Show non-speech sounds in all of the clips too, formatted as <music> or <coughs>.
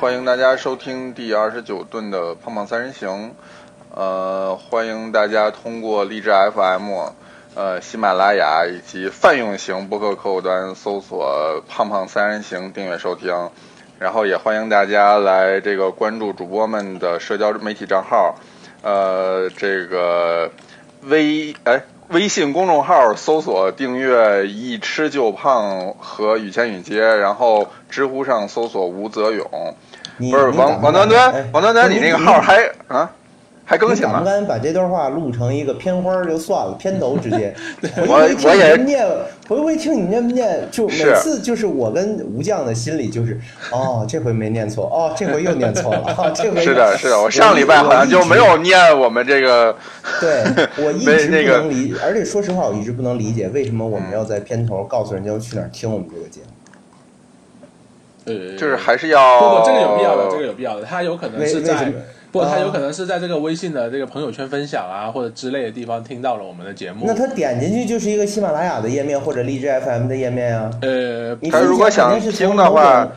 欢迎大家收听第二十九顿的《胖胖三人行》，呃，欢迎大家通过荔枝 FM、呃喜马拉雅以及泛用型播客客户端搜索“胖胖三人行”订阅收听，然后也欢迎大家来这个关注主播们的社交媒体账号，呃，这个微哎微信公众号搜索订阅“一吃就胖”和“雨前雨接”，然后知乎上搜索吴泽勇，你不是你王敢王不端敢端哎，王端端，不你是那个你号还啊还更你新敢不吗？敢把这段话录成一个片花儿就算了，片头 <laughs> 直接。我我回听也你念，回回听你念不念，就是每次就是我跟吴将的心里就是，哦，这回没念错，哦，这回又念错了，哦、这 <laughs> 回是的，是的，我我上礼拜好像就没有念我们这个，对我一没直那不个嗯能理，而且说实话，我一直不能理解为什么我们要在片头告诉人家去哪儿听我们这个节目。呃，就是还是不要不，这个有必要的，这个有必要的。他有可能为嗯是为什在么不，他啊有可能是在这个微信的这个朋友圈分享啊，或者之类的地方听到了我们的节目那。他点进去就是一个喜马拉雅的页面或者荔枝 FM 的页面啊。呃，你他如果分享想肯定是从听的话某种，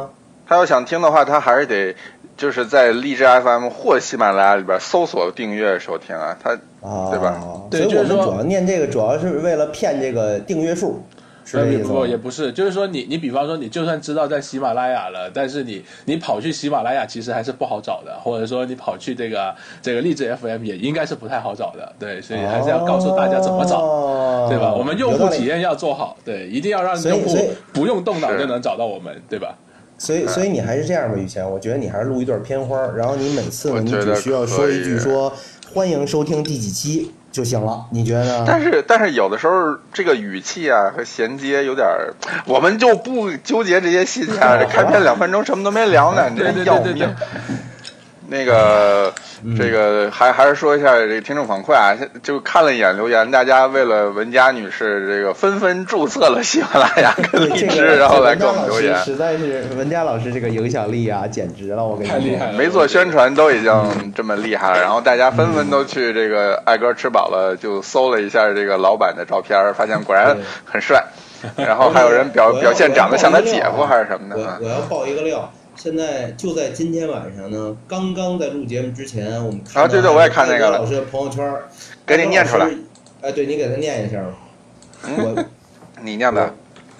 啊，他要想听的话，他还是得就是在荔枝 FM 或喜马拉雅里边搜索订阅收听啊。他啊，对吧？对所以就我是们说主要念这个，主要是为了骗这个订阅数，是呃这意也思啊不吗也？不是，就是说你你比方说你就算知道在喜马拉雅了，但是你你跑去喜马拉雅其实还是不好找的，或者说你跑去这个这个励志 FM 也应该是不太好找的，对，所以还是要告诉大家怎么找，哦对吧？我们用有道户理体验要做好，对，一定要让所以用户所以不用动脑是就能找到我们，对吧？所以，所以你还是这样吧，雨前，我觉得你还是录一段片花儿，然后你每次我呢，你觉得只需要说一可以句说“欢迎收听第几期”就行了，你觉得啊呢？但是但是有的时候这个语气啊和衔接有点儿，我们就不纠结这些细节 <laughs> 啊。这开篇两分钟什么都没聊呢，你这对对要对对对命。那个，这嗯个还还是说一下这个听众反馈啊，就看了一眼留言，大家为了文佳女士这个纷纷注册了喜马拉 <laughs> 雅跟对荔这枝，个然后来文给佳我们老留师言。实在是文佳老师这个影响力啊，简直了！我跟你说，太厉害了没做宣传都已经这么厉害嗯了，然后大家纷纷都去这个爱哥吃饱了就搜了一下这个老板的照片，发现果然很 <laughs> 帅，然后还有人表我要表现长得像他姐我夫要还是什么的我啊，我要爆一个料，现在就在今天晚上呢，刚刚在录节目之前，我们看到啊对对我也看那艾个格了老师的朋友圈儿，给你念出来嗯艾格老师。哎，对你给他念一下吧。我你念的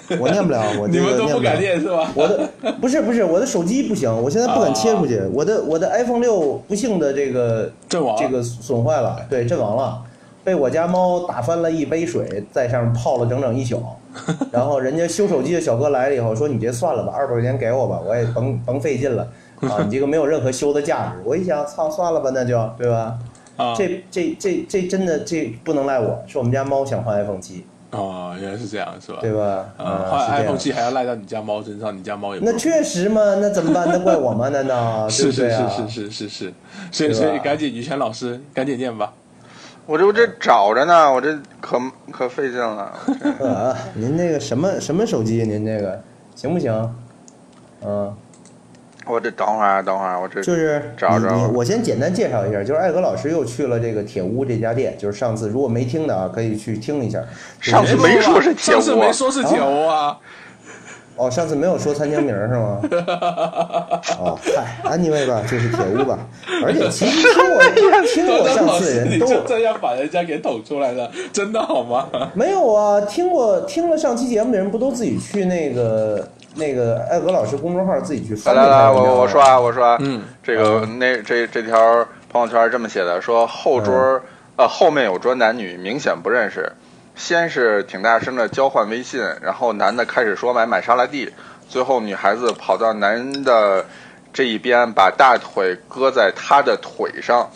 <laughs> 我念不了，我你这们个都不不了敢。念是吧？我的不是不是我的手机不行，我现在不敢切出哦去。我的我的 iPhone 六不幸的这个阵亡啊这个损坏了，对阵亡了，被我家猫打翻了一杯水，在上面泡了整整一 <laughs> 宿。然后人家修手机的小哥来了以后说：“你这算了吧，二百块钱给我吧，我也甭甭费 <laughs> 劲了啊，你这个没有任何修的价值。”我一想，操，算了吧，那就对吧？啊这这这这真的这不能赖我，是我们家猫想换 iPhone 七，哦，原来是这样是吧？对吧？啊，啊，换是这 iPhone 样。七还要赖到你家猫身上，你家猫也不那确实嘛，那怎么办？那怪我吗？难 <laughs> 道对是不是对是啊？是是是是，所对以吧所以赶紧于谦老师赶紧念吧。我这我这找着呢，我这可可费劲了。 <laughs> 啊，您这个什么什么手机？啊您这个行不行？嗯、我这等会儿啊，等会儿啊，我这就是找你着你了我先简单介绍一下，就是艾格老师又去了这个铁屋这家店，就是上次如果没听的啊，可以去听一下。上次没说是铁上次屋啊没，说是铁窝啊，哦，上次没有说餐厅名儿是吗？ <laughs> 哦，嗨，anyway 吧，就是铁屋吧。而且其实 <laughs> 听哎我听端我端上老次师的人你都就这样把人家给捅出来了，真的好吗？没有啊，听过听了上期节目的人不都自己去那个那个艾格老师公众号自己去来翻来来，这篇文章我我说啊，我说啊，嗯，这个那这这条朋友圈这么写的，说后桌、呃后面有桌男女明显不认识，先是挺大声的交换微信，然后男的开始说买买沙拉蒂，最后女孩子跑到男的这一边，把大腿搁在他的腿上。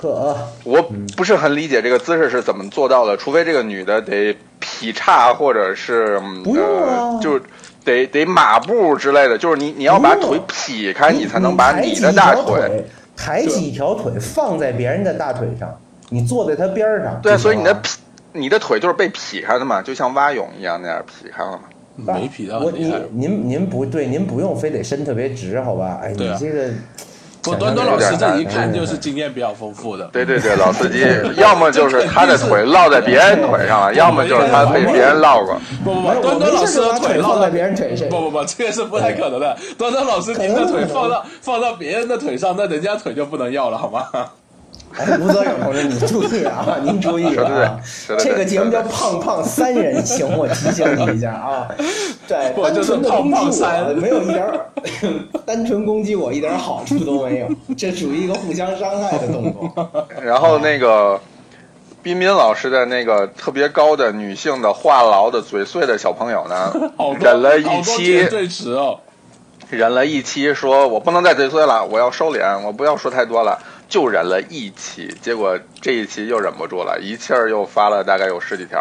呵、啊我不是很理解这个姿势是怎么做到的，除非这个女的得劈叉或者是、嗯不用啊呃，就是得得马步之类的，就是你你要把不腿用劈开，你才能把你的大腿。啊抬起一条腿抬起一条腿放在别人的大腿上，你坐在他边儿上。对啊，就行所以你的了劈，你的腿就是被劈开的嘛，就像蛙泳一样那样劈开了嘛。没匹到我很厉您害。您您不对，您不用非得伸特别直，好吧？哎，你对啊这个我端端老师这一看就是经验比较丰富的，对对对，老司 <laughs> 机，要么就是他的腿落在别人腿上了，要么 <laughs> 就是他被别人落过。不不不，端端老师的腿落在别人腿上，不不不，这个是不太可能的。端端老师您的腿放到放到别人的腿上，那人家腿就不能要了，好吗？哎吴泽勇同志，你注意啊， <laughs> 您注意啊，这个节目叫《胖胖三人行》，我提醒你一下啊。对，我就是胖胖三，没有一点 <laughs> 单纯攻击我一点好处都没有，这属于一个互相伤害的动作。然后那个彬彬老师的那个特别高的女性的话痨的嘴碎的小朋友呢，忍了一期最迟哦，忍了一期，说我不能再嘴碎了，我要收敛，我不要说太多了。就忍了一期，结果这一期又忍不住了，一气儿又发了大概有十几条。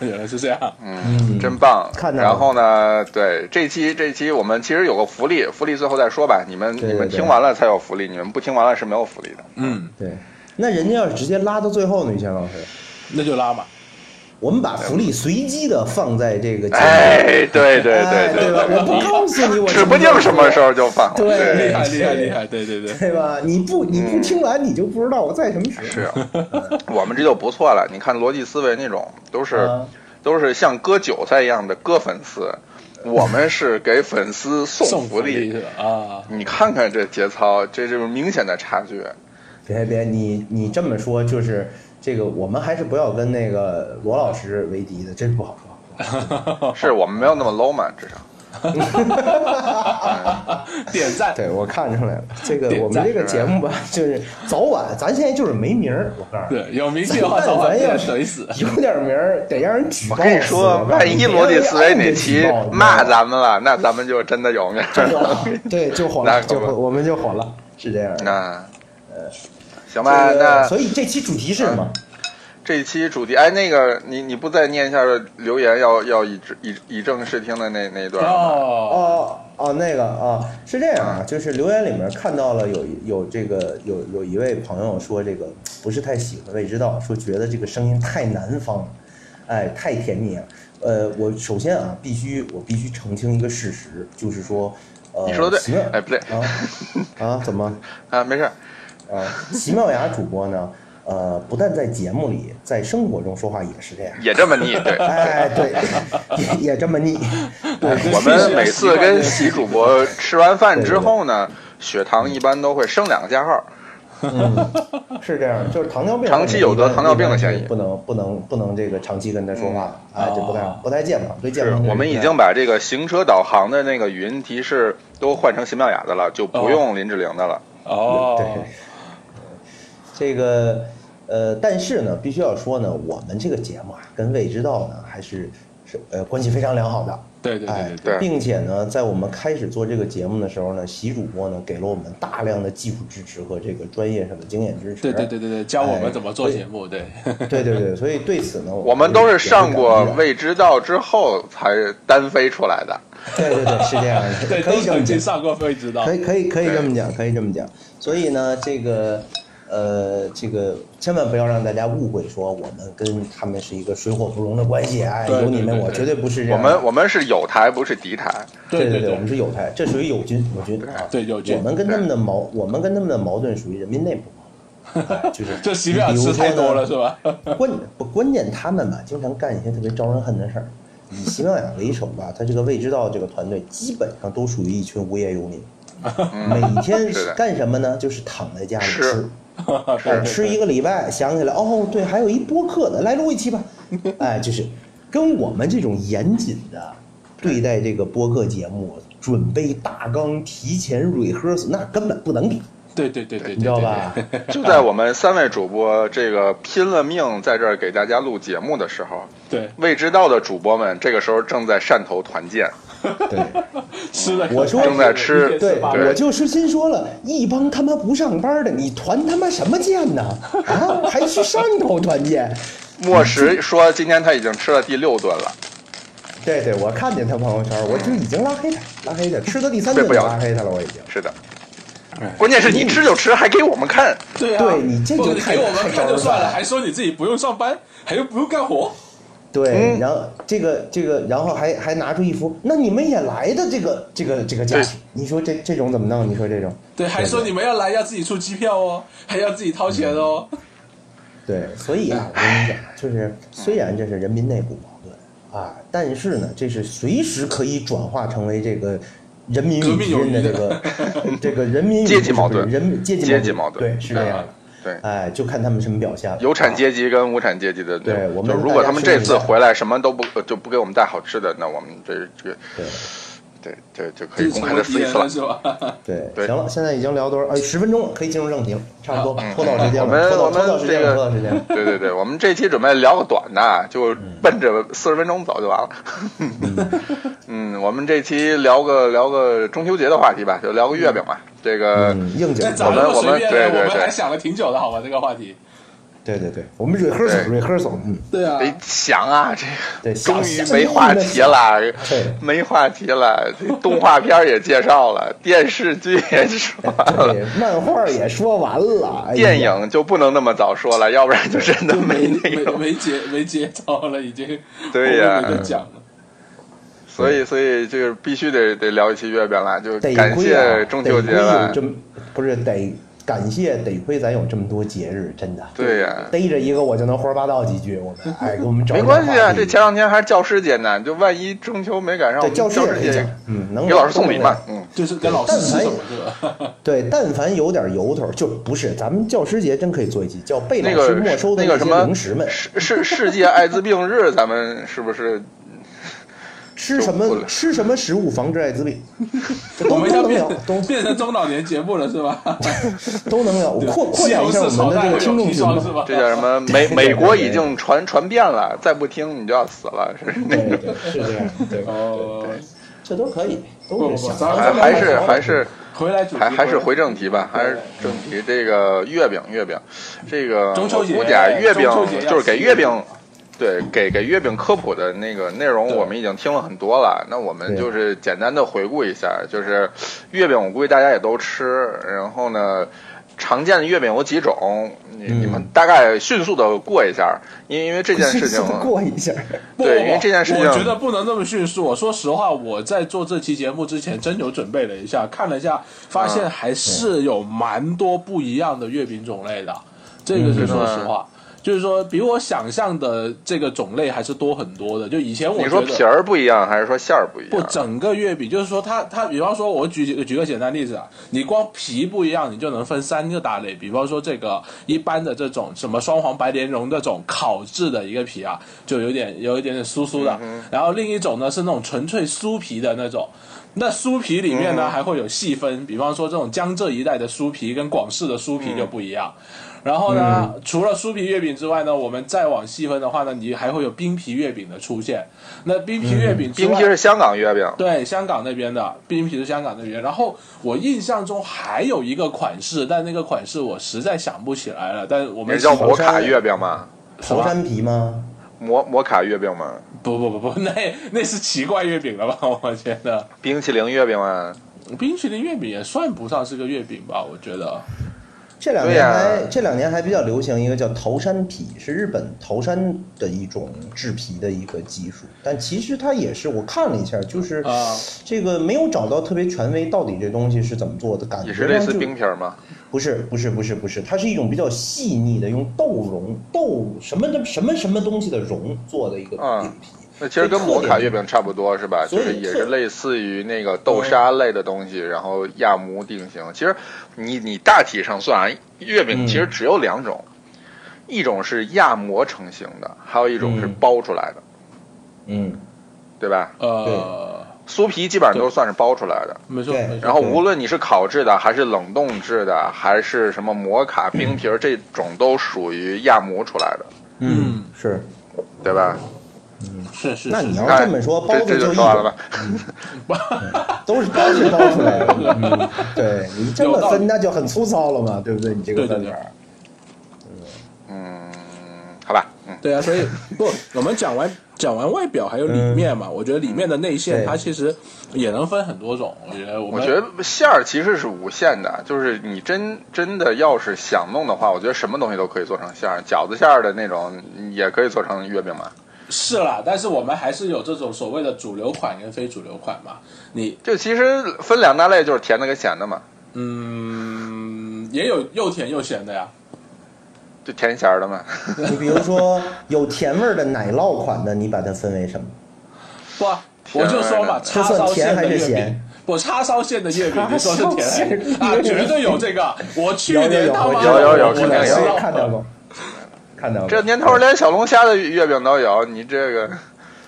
原来是这样，嗯，真棒。看然后呢，对这期这期我们其实有个福利，福利最后再说吧。你们对对对你们听完了才有福利，你们不听完了是没有福利的。嗯，对，那人家要是直接拉到最后呢，于谦老师，那就拉吧。我们把福利随机的放在这个节目，哎，对对哎对对吧？我不告诉你，我指不定什么时候就放。对厉害厉害厉害，对对对。对吧？你不你不听完，你就不知道我在什么时候。嗯是啊，我们这就不错了。你看逻辑思维那种，都是、啊都是像割韭菜一样的割粉丝，我们是给粉丝送送福利。是吧？啊，你看看这节操，这就是明显的差距。别别，你你这么说就是这个，我们还是不要跟那个罗老师为敌的，真不好说。是我们没有那么 low 嘛，至少。点赞，对，我看出来了，这个点赞我们这个节目吧，就是早晚，咱现在就是没名儿。我告诉你，对，有明星的话，早晚要水死。 <laughs> 有点名儿得让人举报。我跟你说，告诉万一别让逻辑人思维哪按着举期报你知道骂吗咱们了，那咱们就真的有面儿就了。火了 <laughs> 对，就火那了，可就不火，我们就火了，是这样的。那，行吧，这个那嗯所以这期主题是什么？这一期主题，哎，那个你你不再念一下留言要要以正以以正视听的那那一段吗？哦，哦哦，那个啊，是这样啊，就是留言里面看到了有有这个有有一位朋友说这个不是太喜欢未知道，说觉得这个声音太南方了，哎，太甜蜜了。呃，我首先啊，必须我必须澄清一个事实，就是说，呃，你说的奇对妙，哎，不对啊啊，怎么？啊，没事儿，啊，奇妙雅主播呢，呃，不但在节目里，在生活中说话也是这样。也这么腻。对，哎，对， <laughs> 也也这么腻。<laughs> 对，哎我 <laughs> 们每次跟习主播吃完饭之后呢，血糖一般都会升两个加号。嗯，是这样，就是糖尿病长期有得糖尿病的嫌疑一般是不能不能不能这个长期跟他说话，哎，这不太哦不太健康，对健是康。我们已经把这个行车导航的那个语音提示都换成邢妙雅的了，就不用林志玲的了。对哦，这个呃，但是呢，必须要说呢，我们这个节目啊，跟未知道呢还是是呃关系非常良好的。对对对对对，对哎并且呢，在我们开始做这个节目的时候呢，习主播呢给了我们大量的技术支持和这个专业上的经验支持。对对对对对，教我们怎么做节目，对，对对对，所以对此呢，我们都是上过也很感激的未知道之后才单飞出来的。对对对，是这样的， <laughs> 对，可都以这么曾经讲，上过非知道可，以可以可以这么讲，可以这么讲。所以呢，这个呃，这个千万不要让大家误会，说我们跟他们是一个水火不容的关系，哎，对有你对们对我对绝对不是这我样。们我们是友台，不是敌台。 <laughs> 对对对，我们是友台，这属于友军，友军啊。对友军我们跟他们的矛，我们跟他们的矛盾属于人民内部矛盾，哎就是 <laughs> 这席妙吃太多了是吧？关不关键他们吧，经常干一些特别招人恨的事儿。嗯以席妙雅为首吧，他这个未知道这个团队基本上都属于一群无业游民， <laughs> 每嗯， <laughs> 天是的干什么呢？就是躺在家里吃吃，哎，吃一个礼拜，想起来哦，对，还有一播客呢，来录一期吧。哎，就是跟我们这种严谨的对待这个播客节目，准备大纲、提前 rehearsal，那根本不能比，对对对对，你知道吧？？就在我们三位主播这个拼了命在这儿给大家录节目的时候，对，未知道的主播们这个时候正在汕头团建。对，吃的对，我就是心说了，一帮他妈不上班的，你团他妈什么建呢？啊，还去汕头团建？莫石说今天他已经吃了第六顿了，对对，我看见他朋友圈，我就已经拉黑他，拉黑他，吃到第三顿这不就要拉黑他了，我已经。是的。关键是你吃就吃，还给我们看。对啊，给我们看就算了，还说你自己不用上班，还又不用干活，对，嗯然后这个这个，然后还还拿出一幅，那你们也来的这个这个这个价对钱，你说这这种怎么弄？你说这种，对，还说你们要来要自己出机票哦，还要自己掏钱哦。嗯 <laughs> 对，所以啊，我跟哎你讲，就是虽然这是人民内部矛盾啊，但是呢，这是随时可以转化成为这个人民与革命敌友人的谊这的个这个 <laughs> 人民与阶级矛盾不是人民阶级阶级矛盾对，是这样的。对，哎，就看他们什么表现了。有产阶级跟无产阶级的，对我们就如果他们大家这是次回来什么都不呃就不给我们带好吃的，那我们这这个对对这就可这以公是成开为的敌撕一人次了了。是吧？啊对，对行了，现在已经聊多少？哎，十分钟了，可以进入正题了，差不多吧嗯，拖到时间我们了，拖到我们拖到时这间个了，拖到时间了。对对对，我们这期准备聊个短的，就奔着四十分钟走就完了。 <laughs> 嗯，我们这期聊个聊个中秋节的话题吧，就聊个月饼吧。这个、嗯，应景这儿，咋们那么我随们便对呢？对我们对还想了挺久的，好吧？这个话题。对对对，我们 rehearsal 对 rehearsal，嗯，对啊，得想啊，这对个终于想没话题了，对，没话题了。这动画片儿也介绍了， <laughs> 电视剧也说了。 <laughs> 对，漫画也说完了，哎呀哎电影就不能那么早说了，要不然就真的就没没没那个。没节没节操了，已经 <laughs> 对呀后面没得讲了。所以，所以这个必须得得聊一期月饼了，就得感亏啊谢中秋节得亏了有。这么不是得感谢，得亏咱有这么多节日，真的。对呀、逮着一个我就能胡说八道几句，我们哎，给我们找没点关系话啊，题这前两天还是教师节呢，就万一中秋没赶上，我对们教教师也可以节讲，嗯，能给老师送礼能嘛，嗯，就是跟老师是哎什么是吧？对，但凡有点由头，就不是咱们教师节真可以做一期，叫被那老师个没收的那个些什么零食们，世世世界艾滋病日，咱们是不是吃什受不么了吃什么食物防治艾滋病，这我 <laughs> 都们都要能变聊，都变成中老年节目了是吧？都能聊， <laughs> 扩扩西展红一下柿我炒们的蛋这有个听众砒群霜是吧。吧？这叫什么？美美国已经传传遍了，再不听你就要死了，是那对个。对，是这样，对，哦，这都可以，不都不是不想咱法还还是还是回来主题还还是回回来正题吧，还是正题。这个月饼，月饼，这个中秋节我估计啊，月饼中秋节要就是给吃月饼，对，给给月饼科普的那个内容，我们已经听了很多了。那我们对就是简单的回顾一下，就是月饼，我估计大家也都吃。然后呢，常见的月饼有几种，你你们大概迅速的过一下，因为因为这件事情过一 <laughs> 下，不对不因为这件事情我觉得不能那么迅速。我说实话，我在做这期节目之前，真有准备了一下，看了一下，发嗯现还是有蛮多不一样的月饼种类的。这个是嗯说实话，就是说比我想象的这个种类还是多很多的。就以前我你觉说得皮儿不一样，还是说馅儿不一不样？整个月饼，就是说它它，比方说，我举举举个简单例子啊，你光皮不一样，你就能分三个大类。比方说这个一般的这种什么双黄白莲蓉这种烤制的一个皮啊，就有点有一点点酥酥的。然后另一种呢是那种纯粹酥皮的那种。那酥皮里面嗯呢还会有细分，比方说这种江浙一带的酥皮跟广式的酥皮就不一样。然后呢，嗯除了酥皮月饼之外呢，我们再往细分的话呢，你还会有冰皮月饼的出现。那冰皮月饼嗯之冰外皮是香港月饼，对，香港那边的冰皮是香港那边。然后我印象中还有一个款式，但那个款式我实在想不起来了。但我也们叫是摩卡月饼吗？什黄么？山皮吗？摩摩卡月饼吗？不不不不， <laughs> 那那是奇怪月饼了吧？我觉得冰淇淋月饼啊，冰淇淋月饼也算不上是个月饼吧？我觉得这两对年呀还、这两年还比较流行一个叫桃山皮，是日本桃山的一种制皮的一个技术，但其实它也是我看了一下，就是啊这个没有找到特别权威，到底这东西是怎么做的，感觉也是类上似就冰皮儿吗？不是不是不是不是，它是一种比较细腻的，用豆蓉豆什么的什么什么东西的蓉做的一个嗯饼皮。那其实跟摩卡月饼差不多是吧？所就以是也特是类似于那个豆沙类的东西，然后亚模定型。其实你你大体上算啊，月饼嗯其实只有两种，一种是亚模成型的，还有一种是嗯包出来的，嗯，对吧？呃，酥皮基本上都算是包出来的。没错对没错然后无论你是烤制的，还是冷冻制的，还是什么摩卡冰皮儿，这种都属于亚模出来的，嗯是。对吧？是是那是你要哎这么说，包这子这就就一说完了吧种，？都是包是包出来 <laughs> 的。嗯，对你这么有道理分，那就很粗糙了嘛，对不对？你这个对对分对法。嗯，好吧，嗯，对啊，所以不， <laughs> 我们讲完讲完外表还有里面嘛，我觉得里面的内馅嗯对它其实也能分很多种。我觉得我我们觉得馅儿其实是无限的，啊就是你真真的要是想弄的话，我觉得什么东西都可以做成馅儿，饺子馅儿的那种也可以做成月饼嘛。是啦，但是我们还是有这种所谓的主流款跟非主流款嘛。你就其实分两大类，就是甜的跟咸的嘛，嗯，也有又甜又咸的呀。就甜咸的嘛。你比如说有甜味儿的奶酪款的，你把它分为什么？不，我就说嘛，啊这叉算烧甜馅还的是月饼咸。不，叉烧馅的月饼，你说是甜还叉烧是馅的啊？月饼绝对有这个！我去有有年有他妈有的有有我肯定知有道看到过，看到过。这年头连小龙虾的月饼都有，你这个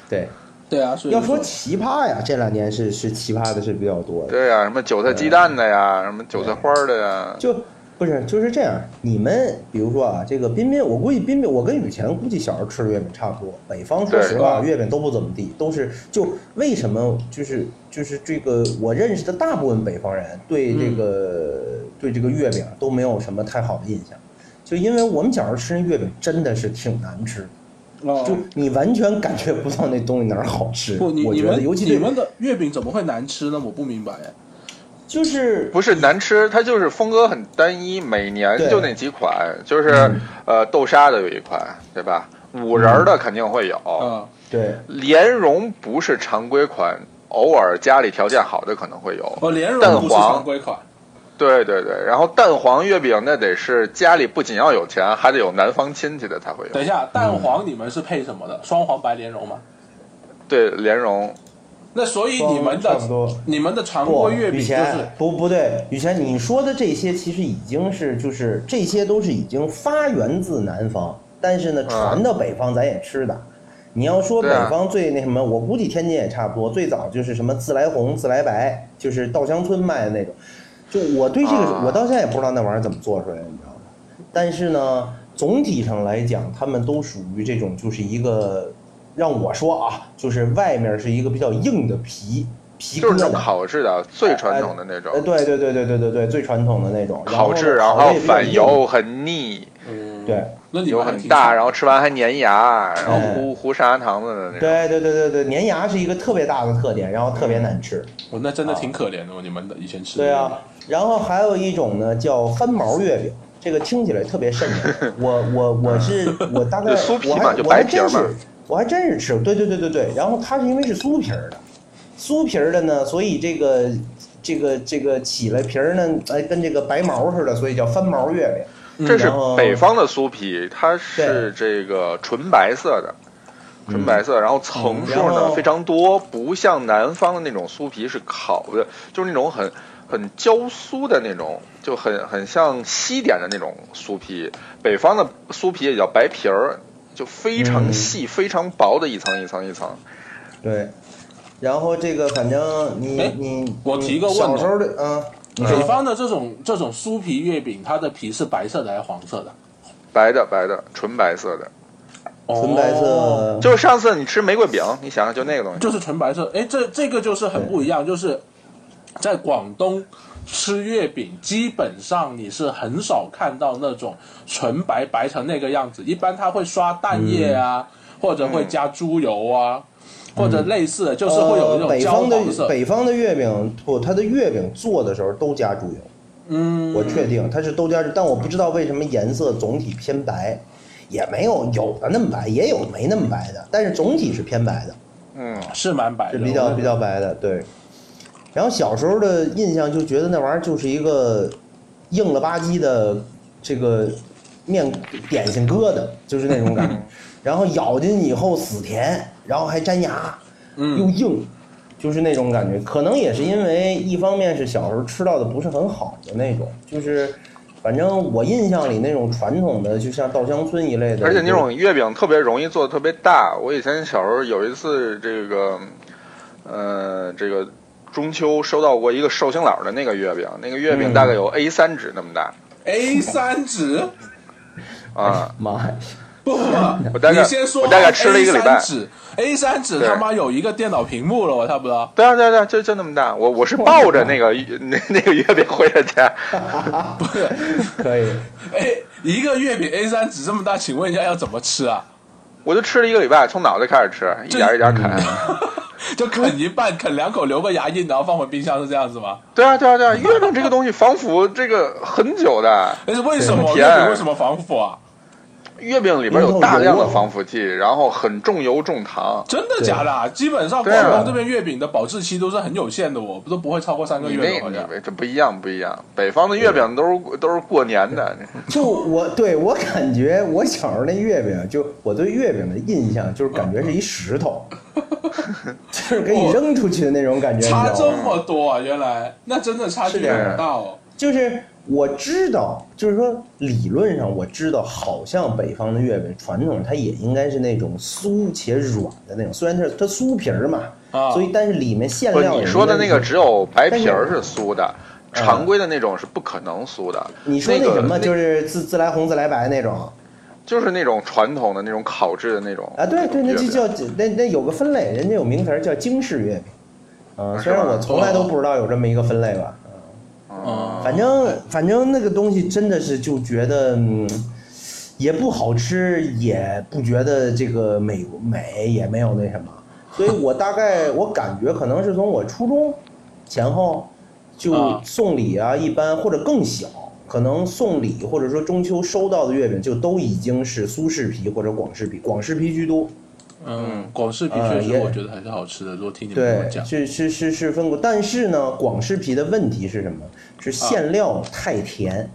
对，对啊，所以要说奇葩呀，这两年是是奇葩的是比较多的。对呀、什么韭菜鸡蛋的呀，什么韭菜花的呀，就不是就是这样。你们比如说啊，这个彬彬，我估计彬彬，我跟雨前估计小时候吃的月饼差不多。北方说实话，对月饼都不怎么地，都是就为什么就是就是这个我认识的大部分北方人对这嗯个、对这个月饼都没有什么太好的印象，就因为我们小时候吃那月饼真的是挺难吃的。哦就你完全感觉不到那东西哪儿好吃，不，你我你觉得，们尤其你对们的月饼怎么会难吃呢？我不明白哎。就是不是难吃，它就是风格很单一，每年对嗯就那几款，就是呃豆沙的有一款，对吧？五仁儿的肯定会有，嗯，对莲蓉不是常规款，偶尔家里条件好的可能会有。哦，莲蓉蛋不是黄常规款，对对对，然后蛋黄月饼那得是家里不仅要有钱，还得有南方亲戚的才会有。等一下，蛋黄你们是配什么的？双黄白莲蓉吗？对，莲蓉那所以你双们的黄差不多你们的常不规月饼雨就前是不不对，雨前你说的这些其实已经是就是这些都是已经发源自南方，但是呢传到北方咱也吃的。你要说北啊对啊方最那什么，我估计天津也差不多，最早就是什么自来红、自来白，就是稻香村卖的那种。就我对这个啊，我到现在也不知道那玩意儿怎么做出来的，你知道吗？但是呢，总体上来讲，他们都属于这种，就是一个让我说啊，就是外面是一个比较硬的皮皮就是疙那种瘩，烤制的，最传统的那种呃，对对对对对对对，最传统的那种烤制，然然后后呢烤得也比较反硬油，很腻，嗯，对，那你油们还很挺大，然后吃完还粘牙，然后哎糊糊砂糖子的那种。对对对对对，粘牙是一个特别大的特点，然后特别难吃。我哦那真啊的挺可怜的，你们的以前吃的对啊，然后还有一种呢叫翻毛月饼，这个听起来特别瘆人。我我我是我大 <laughs> 概就酥皮我嘛还就我还白皮儿真嘛是我还真是吃过，对对对对对。然后它是因为是酥皮儿的，酥皮儿的呢，所以这个这个这个起了皮儿呢，哎，跟这个白毛似的，所以叫翻毛月饼。嗯这是嗯然后北方的酥皮，它是这个纯白色的，纯白色，然后层嗯数然呢后非常多，不像南方的那种酥皮是烤的，就是那种很很焦酥的那种，就很很像西点的那种酥皮。北方的酥皮也叫白皮儿，就非常嗯细、非常薄的一层一层一层。对，然后这个反正你哎你我你提个问小题时候的嗯，你北说方的这种这种酥皮月饼，它的皮是白色的还是黄色的？白的，白的，纯白色的，纯白哦，色，就是上次你吃玫瑰饼，你想想就那个东西，就是纯白色。哎，这这个就是很不一样，就是在广东吃月饼，基本上你是很少看到那种纯白白成那个样子，一般它会刷蛋液啊，嗯或者会加猪油啊，或者类似的，就是会有呃那种嗯北焦方黄的色。北方的月饼，不，它的月饼做的时候都加猪油，嗯，我确定它是都加，但我不知道为什么颜色总体偏白，也没有有的那么白，也有没那么白的，但是总体是偏白的。嗯，是蛮白是的，比我较那比较白的，对。然后小时候的印象就觉得那玩意儿就是一个硬了吧唧的这个面点心疙瘩，就是那种感觉。然后咬进去以后死甜，然后还粘牙，又硬，就是那种感觉。可能也是因为一方面是小时候吃到的不是很好的那种，就是反正我印象里那种传统的，就像稻香村一类的，而且那种月饼特别容易做的特别大。我以前小时候有一次这个，呃，这个中秋收到过一个寿星佬的那个月饼，那个月嗯饼大概有 A 三纸那么大 A 三纸， <laughs> 啊、妈呀，不不不，我大概哎你先说完，我大概吃了一个礼拜 A 三纸，A 三纸对他妈有一个电脑屏幕了，我差不多。对啊对啊对啊，就就那么大。我我是抱着那个那那个月饼回的家，可以。哎，一个月饼 A 三纸这么大，请问一下要怎么吃啊？我就吃了一个礼拜，从脑袋开始吃，一点一点啃。就啃一半，啃两口留个牙印，然后放回冰箱是这样子吗？对啊对啊对啊，月饼这个东西防腐这个很久的，哎但是为什么对月饼为什么防腐啊？月饼里边有大量的防腐剂，然后很重油重糖。真的假的啊？基本上对啊广东这边月饼的保质期都是很有限的，我都不会超过三个你月那的，好你啊像。那这不一样，不一样。北方的月饼都是都是过年的，就我对我感觉，我小时候那月饼，就我对月饼的印象就是感觉是一 <laughs> 石头，就是给你扔出去的那种感觉，你知差道这吗？么多啊！原来那真的差距是的很大哦。就是我知道，就是说理论上我知道，好像北方的月饼传统它也应该是那种酥且软的那种，虽然它是它酥皮儿嘛，啊所以但是里面馅不，料也你说的应该那个是只有白皮儿但是酥的，嗯常规的那种是不可能酥的。你说那那个什么，那就是自自来红自来白那种就是那种传统的那种烤制的那种啊？对对，那就月饼叫那那有个分类，人家有名词儿叫京式月饼。啊，是虽然吧我从来都不知道有这么一个分类吧，嗯，反正反正那个东西真的是就觉得，嗯，也不好吃，也不觉得这个美美，也没有那什么。所以我大概我感觉可能是从我初中前后就啊送礼啊，一般或者更小，可能送礼或者说中秋收到的月饼就都已经是苏式皮或者广式皮，广式皮居多。嗯，广式皮呃确实也我觉得还是好吃的。如果听你们这么对，讲，是是是是分过，但是呢，广式皮的问题是什么？啊是馅料太甜，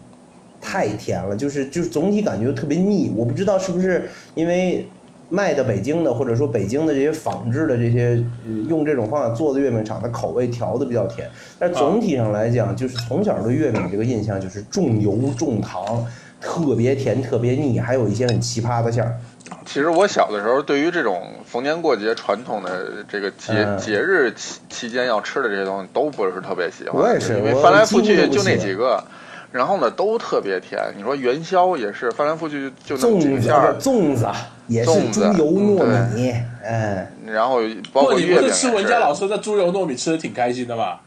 太甜了，就是就是总体感觉特别腻。我不知道是不是因为卖的北京的，或者说北京的这些仿制的这些、呃用这种方法做的月饼厂，它口味调的比较甜。但啊是总体上来讲，就是从小对月饼这个印象就是重油重糖，特别甜，特别腻，还有一些很奇葩的馅儿。其实我小的时候，对于这种逢年过节传统的这个节、嗯节日期期间要吃的这些东西，都不是特别喜欢。我也是因为我翻来覆几乎去都不就那喜欢几个，然后呢都特别甜。你说元宵也是翻来覆去就那么几粽个子馅儿，粽子啊也是粽猪子油糯嗯米，嗯。然后包不过括你月不饼也是吃文佳老是。师的猪油糯米吃的挺开心的嘛？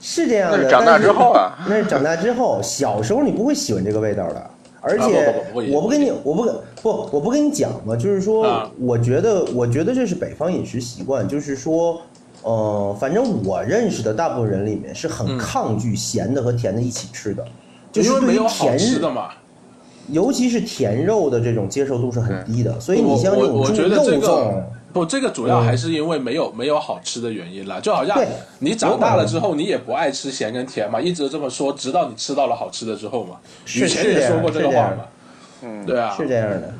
是这样那的，是长大但是之后啊那是长大之后，小时候你不会喜欢这个味道的。而且啊不不不不一定我不跟你，我不跟不，我不跟你讲嘛，就是说啊，我觉得，我觉得这是北方饮食习惯，就是说，呃，反正我认识的大部分人里面是很抗拒咸的和甜的一起吃的，就是嗯因为对没于有好甜吃的嘛。尤其是甜肉的这种接受度是很低的，所以你嗯我像这我种我猪觉得肉这粽个，不，这个主要嗯还是因为没有、没有好吃的原因啦。就好像对你长大了之后，你也不爱吃咸跟甜嘛，一直这么说，直到你吃到了好吃的之后嘛。是以前也说过这个是这话样嘛。嗯，对啊，是这样的，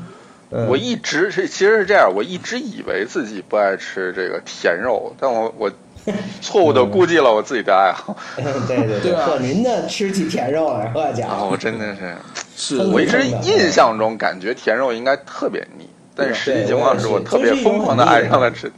嗯我一直是其实是这样，我一直以为自己不爱吃这个甜肉，但我我错误的嗯估计了我自己的爱好， <laughs> <laughs> 对对对啊啊可您呢吃起甜肉来，好然家伙啊后，我真的是。是分我为一直真的印象中感觉甜肉应该特别腻，但实际情况是我特别疯狂的爱上了吃。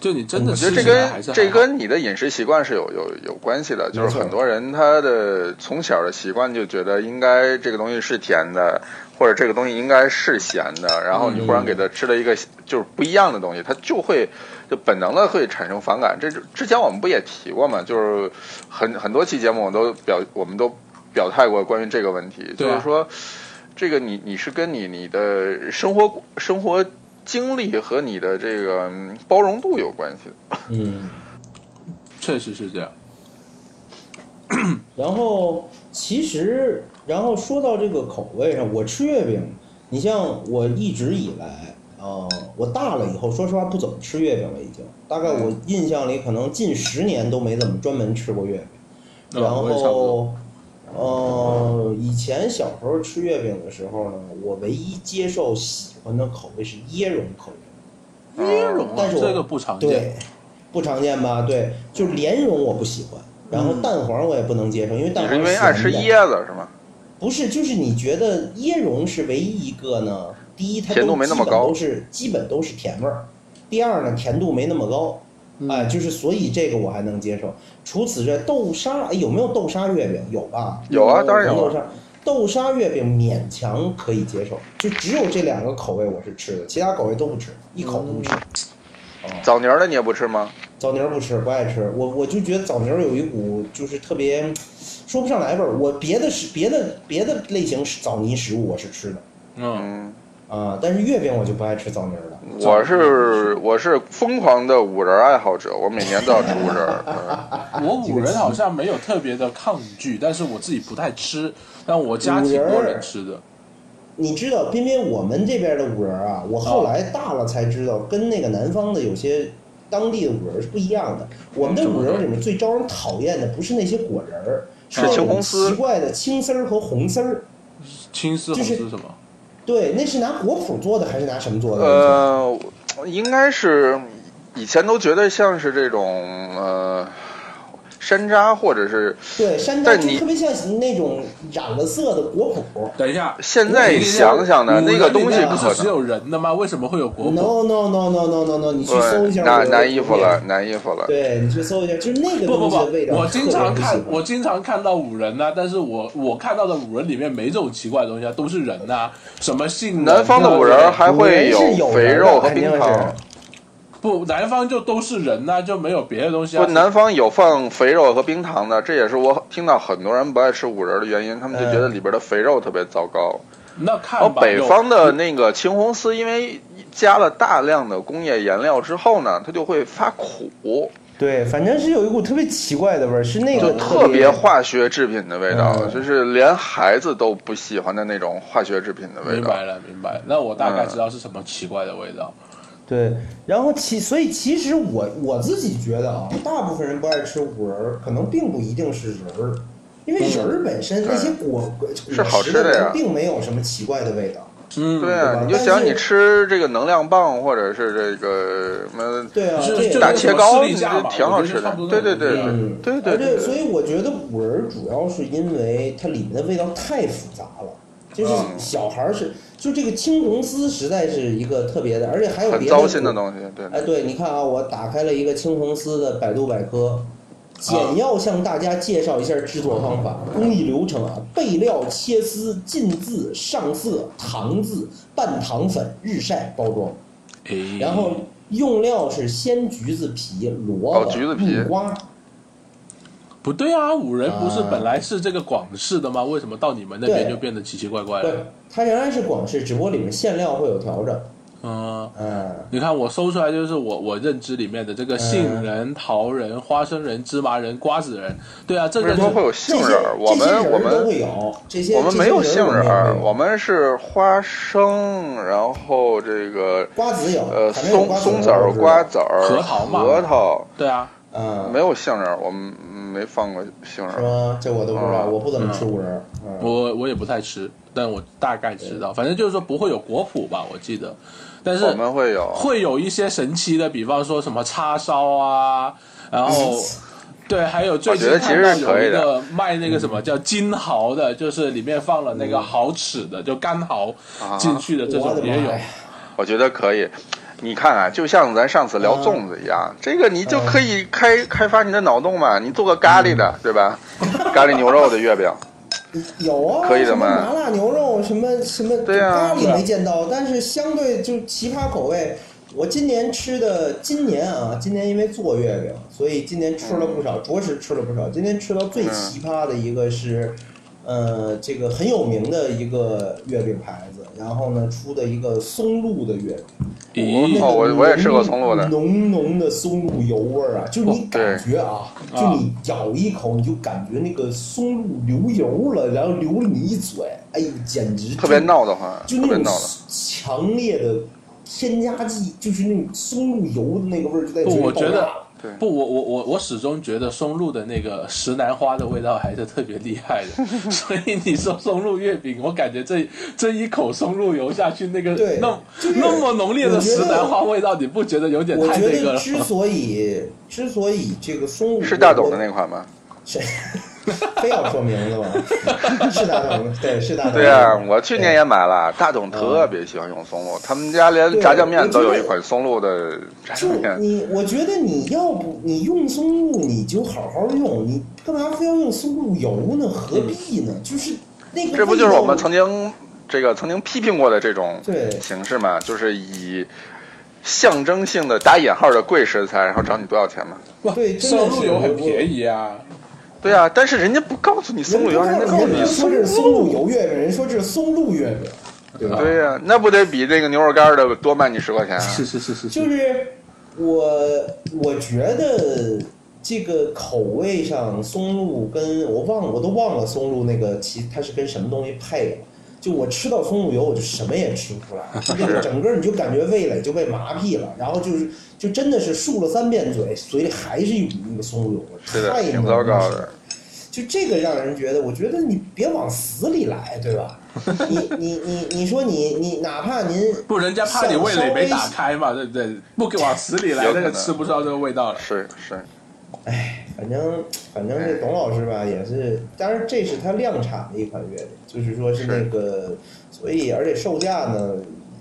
就你真的我觉吃得起这来还是跟还这好跟你的饮食习惯是有有有关系的，就是很多人他的从小的习惯就觉得应该这个东西是甜的，或者这个东西应该是咸的，然后嗯你忽然给他吃了一个就是不一样的东西，他就会就本能的会产生反感。这就之前我们不也提过嘛，就是很很多期节目我都表我们都表态过关于这个问题，对啊就是说。这个你你是跟你你的生活生活经历和你的这个嗯包容度有关系的。嗯。确实是这样。然后其实，然后说到这个口味上，我吃月饼，你像我一直以来哦啊、呃我大了以后，说实话不怎么吃月饼了，已经。大概我印象里可能近十年都没怎么专门吃过月饼。嗯然我也差不后多，呃，以前小时候吃月饼的时候呢，我唯一接受喜欢的口味是椰蓉口味。椰蓉啊但是我这个不常对见，，不常见吧？对，就莲蓉我不喜欢，然嗯后蛋黄我也不能接受，因为蛋你黄是因为爱吃咸的椰子是吗？不是，就是你觉得椰蓉是唯一一个呢？第一，它甜度都没那么基本高都是基本都是甜味儿。第二呢，甜度没那么高，嗯哎，就是所以这个我还能接受。除此之外，豆沙哎有没有豆沙月饼？有吧？有啊当然有啊豆沙豆沙月饼勉强可以接受，就只有这两个口味我是吃的，其他口味都不吃，一口都不吃。枣泥儿的你也不吃吗？枣泥儿不吃，不爱吃。我我就觉得枣泥儿有一股就是特别说不上来味儿。我别的是别的别的类型是枣泥食物我是吃的嗯，嗯，啊、但是月饼我就不爱吃枣泥儿了。我是我是疯狂的五仁爱好者，我每年都要吃五仁儿。 <laughs> 嗯啊我五仁好像没有特别的抗拒，但是我自己不太吃，但我家五挺仁多儿人吃的。你知道，偏偏我们这边的五仁啊，我后来大了才知道，跟那个南方的有些当地的五仁是不一样的。我们的五仁里面最招人讨厌的不是那些果仁儿，是那青红种丝奇怪的青丝儿和红丝儿。青丝红就是丝什么？对，那是拿果脯做的还是拿什么做的？呃，应该是以前都觉得像是这种呃山楂或者是对，山楂但就你特别像那种染了色的果脯。等一下，现在想想呢，五那个东西仁里面可不是只能有人的吗？为什么会有果脯？ No no no no no no no，你去搜对一下。拿拿衣服了，。拿衣服了。对，你去搜一下，就是那个不不东不西的味，道我特经别常不喜欢。看，我经常看到五人呐、啊但是我我看到的五人里面没这种奇怪的东西啊，都是人呐、什么杏仁啊南方的五仁儿还会五仁是有肥仁的肉和肯定冰是糖，不，南方就都是人呐、就没有别的东西啊。不，南方有放肥肉和冰糖的，这也是我听到很多人不爱吃五仁儿的原因，他们就哎觉得里边的肥肉特别糟糕。那然后看吧，哦嗯北有方的那个青红丝，因为加了大量的工业颜料之后呢，它就会发苦，对，反正是有一股特别奇怪的味儿，是那就个特别别化学制品的味道，嗯就是连孩子都不喜欢的那种化学制品的味明道。白了，明白了。那我大概知道是什么奇怪的味道。对，然后其所以其实我我自己觉得啊，大部分人不爱吃五仁儿，可能并不一定是仁儿，因为仁儿本身那些果果嗯是好吃的呀果实里面并没有什么奇怪的味道。嗯，对啊，你就但想是你吃这个能量棒，或者是这个什么对啊，是这就也大是切糕，士力你架这嘛挺好我觉得哎吃差的不。多对对对那嗯，对而对且对所对。以我觉得五仁儿主要是因为它里面的味道太复杂了，就是嗯小孩儿是就这个青红丝实在是一个特别的，而且还有很别糟心的东东西，对哎，对，你看啊，我打开了一个青红丝的百度百科，简要向大家介绍一下制作方法、嗯工艺流程啊，备料、切丝、浸渍、上色、糖渍、半糖粉、日晒包装，哎然后用料是鲜橘子皮、萝哦卜、橘子皮木瓜。不对啊，五仁不是啊本来是这个广式的吗？为什么到你们那边对就变得奇奇怪怪对了？，它仍然是广式，只不过里面馅料会有调整。嗯。嗯，你看，我搜出来就是我我认知里面的嗯这个杏仁、桃仁、花生仁、芝麻仁、瓜子仁，对啊，这为个什是么会有这杏些仁儿？我这些们仁我儿都们会有这些，我们这些没有仁儿杏我仁们也儿，会有我们是花生，然后这个瓜子有，呃反正有松瓜松子子儿、瓜子儿、核桃嘛核桃对啊，嗯，没有杏仁儿，我们没放过杏仁是儿。吗？这我都不知道，嗯我不怎么吃五仁儿。嗯，我我也不太吃，但我大概知道，反正就是说不会有果脯吧，我记得，但是我们会有，会有一些神奇的，比方说什么叉烧啊，<laughs> 然后对，还有最近我觉得看其到实是可有以一的嗯个卖那个什么叫金蚝的，就是里面放了那个蚝豉的，就干蚝啊进去的这我的种妈也有呀。！我觉得可以。你看啊，就像咱上次聊粽子一哦样，这个你就可嗯以开、开发你的脑洞嘛，你做个咖喱的，对吧？ <laughs> 咖喱牛肉的月饼，有啊，可以的什么嘛麻辣牛肉，什么什么对啊咖喱没见到，但是相对就奇葩口味。我今年吃的，今年啊，今年因为做月饼，所以今年吃了不少，着实吃了不少。今天吃到最嗯奇葩的一个是，呃，这个很有名的一个月饼牌子，然后呢出的一个松露的月饼。咦，哦我我也吃过松露的哦浓浓的松露油味儿啊，就是你感觉啊，对就你咬一口，你就感觉那个松露流油了，然后流了你一嘴，哎呦，简直就特别，闹得慌，就特别那闹种得。强烈的添加剂，就是那种松露油的那个味儿就在嘴不，里啊我爆觉炸得对不，我我我我始终觉得松露的那个石楠花的味道还是特别厉害 <laughs> 的，所以你说松露月饼，我感觉这这一口松露油下去，那个对那就是那么浓烈的我觉得石楠花味道，你不觉得有点我太觉那个得了之吗？所以之所以这个松露是大董的个，那款吗？谁非要说名字吗？ <laughs> 是大董的，对，是大董的。对啊，我去年也买了。大董特别喜欢用松嗯露，他们家连炸酱面都有一款松露的 <laughs> 炸就酱面。你，我觉得你要不你用松露，你就好好用，你干嘛非要用松露油呢？何必呢？就是那个嗯这不就是我们味道曾经这个曾经批评过的这种对形式吗？就是以象征性的打引号的贵食材，然后找你多少钱吗？对真的松是露油很便宜。宜啊，对啊，但是人家不告诉你松露油，人家告诉人你不说这是松露油月饼，人说这是松露月饼，对吧？对呀、那不得比那个牛肉干的多卖你十块钱啊？是是是是，就是是我我觉得这个口味上松露跟我忘了我都忘了松露那个其它是跟什么东西配了，就我吃到松露油，我就什么也吃不 <laughs> 出来，就是整个你就感觉味蕾就被麻痹了，然后就是就真的是漱了三遍嘴，嘴里还是一股那个松露油，是的，太挺浓糟了糕是的。就这个让人觉得，我觉得你别往死里来，<laughs> 对吧？你你你你说你你哪怕您不，人家怕你味蕾没打开嘛，对不对？不给往死里来，有可那能个吃不到这个味道了。是是，反正反正哎这董老师吧也是，当然这是他量产的一款月饼，就是说是那个，所以而且售价呢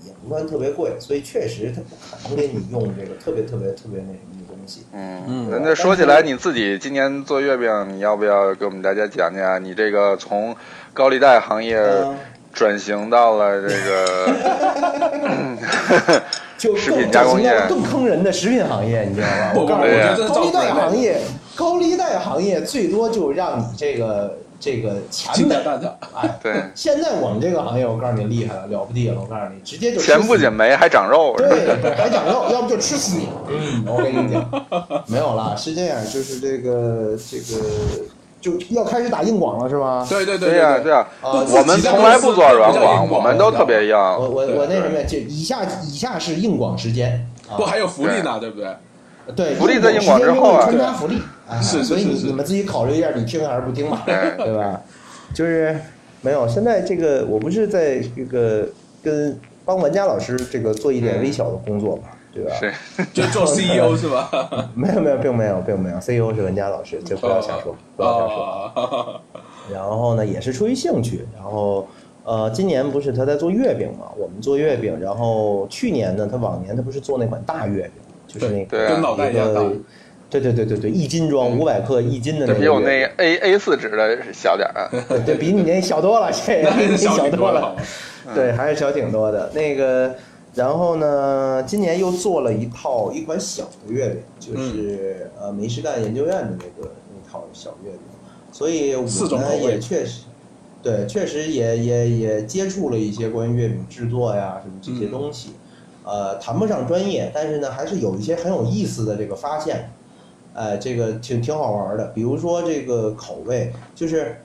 也不算特别贵，所以确实他不可能给你用这个特别特别特别那什么的东西。嗯嗯，那那说起来，你自己今年做月饼，你要不要给我们大家讲讲你这个从高利贷行业嗯，转型到了这个 <laughs> 就食更品加工业整形到更坑人的食品行业，你知道吗？不我告诉不你，不这是高利贷造福人类行业，高利贷行业最多就让你这个这个钱倾家本荡产，哎，对现在我们这个行业，我告诉你厉害了，了不地了，我告诉你，直接就吃钱不死仅没还长 <laughs> 肉，是吧对，对 <laughs> 还讲肉，要不就吃死你。嗯， <laughs> 我跟你讲，没有啦，是这样，就是这个这个就要开始打硬广了，是吧？对对对呀对对。呀，啊，我们从来不做软广，我们都特别硬。我我对我那什么，就以下以下是硬广时间啊不，还有福利呢，对不对？对，福利在硬硬广之后啊时间就会穿插福利，啊是是所以是你是你们自己考虑一下，你听还是不听吧，哎对吧？就是没有，现在这个我不是在这个跟帮玩家老师这个做一嗯点微小的工作嘛，对吧？是就 <laughs> 做 CEO 是吧？ <laughs> 没有没有，并没有，并没有。CEO 是文佳老师，就不要瞎说，不要瞎说。哦， <laughs> 然后呢，也是出于兴趣。然后，呃，今年不是他在做月饼嘛，我们做月饼。然后去年呢，他往年他不是做那款大月饼，就是那对个啊跟脑袋一样大。个对对对对对，一斤装五百克一斤的这那个比我那月 A A 四纸的小点 <laughs> 儿啊。饼，对，比你那小多了，这比你小小挺嗯多 <laughs> 了了好。吧，对，还是小挺多的。那个，然后呢，今年又做了一套一款小的月饼，就是、嗯呃梅士干研究院的那个那套小月饼，所以四我种口呢味也确实，对，确实也也也接触了一些关于月饼制作呀什么这些嗯东西，呃，谈不上专业，但是呢，还是有一些很有意思的这个发现。呃，这个挺挺好玩的，比如说这个口味，就是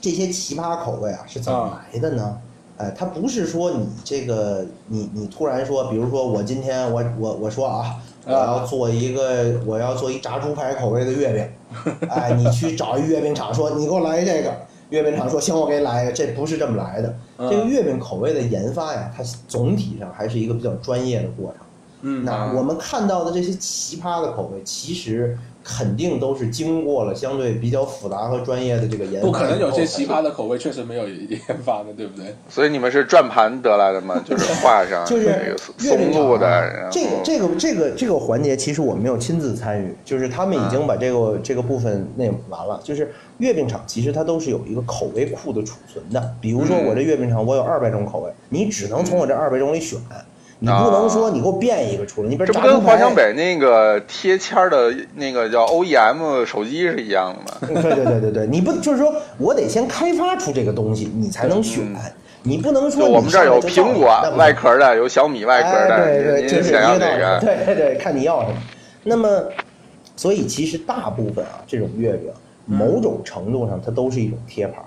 这些奇葩口味啊是怎么来的呢？哎，它不是说你这个你你突然说，比如说我今天我我我说啊，我要做一个我要做一炸猪排口味的月 <laughs> 饼，哎，你去找一月饼厂说你给我来这个，月饼厂说行我给你来一个，这不是这么来的。嗯这个月饼口味的研发呀，它总体上还是一个比较专业的过程。嗯，那我们看到的这些奇葩的口味，其实肯定都是经过了相对比较复杂和专业的这个研发以后不才可做出来的。能有些奇葩的口味确实没有研发的，对不对？所以你们是转盘得来的吗？就是画上 <laughs> 就是这个月松饼露厂的，啊然后这个这个这个这个环节，其实我没有亲自参与，就是他们已嗯经把这个这个部分那完了。就是月饼厂其实它都是有一个口味库的储存的，比如说嗯我这月饼厂我有二百种口味，你只能从我这二百种里选，你不能说你给我变一个出来，你比如嗯哦这不炸猪跟华强排北那个贴签儿的那个叫 OEM 手机是一样的吗？ <laughs> 对对对对对，你不就是说我得先开发出这个东西，你才能选，你不嗯能就说我们这儿有苹果外壳，壳的，有小米外壳哎、对的，对，您这您是一想要个道哪理，个？对对对，看你要什么。那么，所以其实大部分啊，这种月饼某种程度上它都是一种贴牌儿。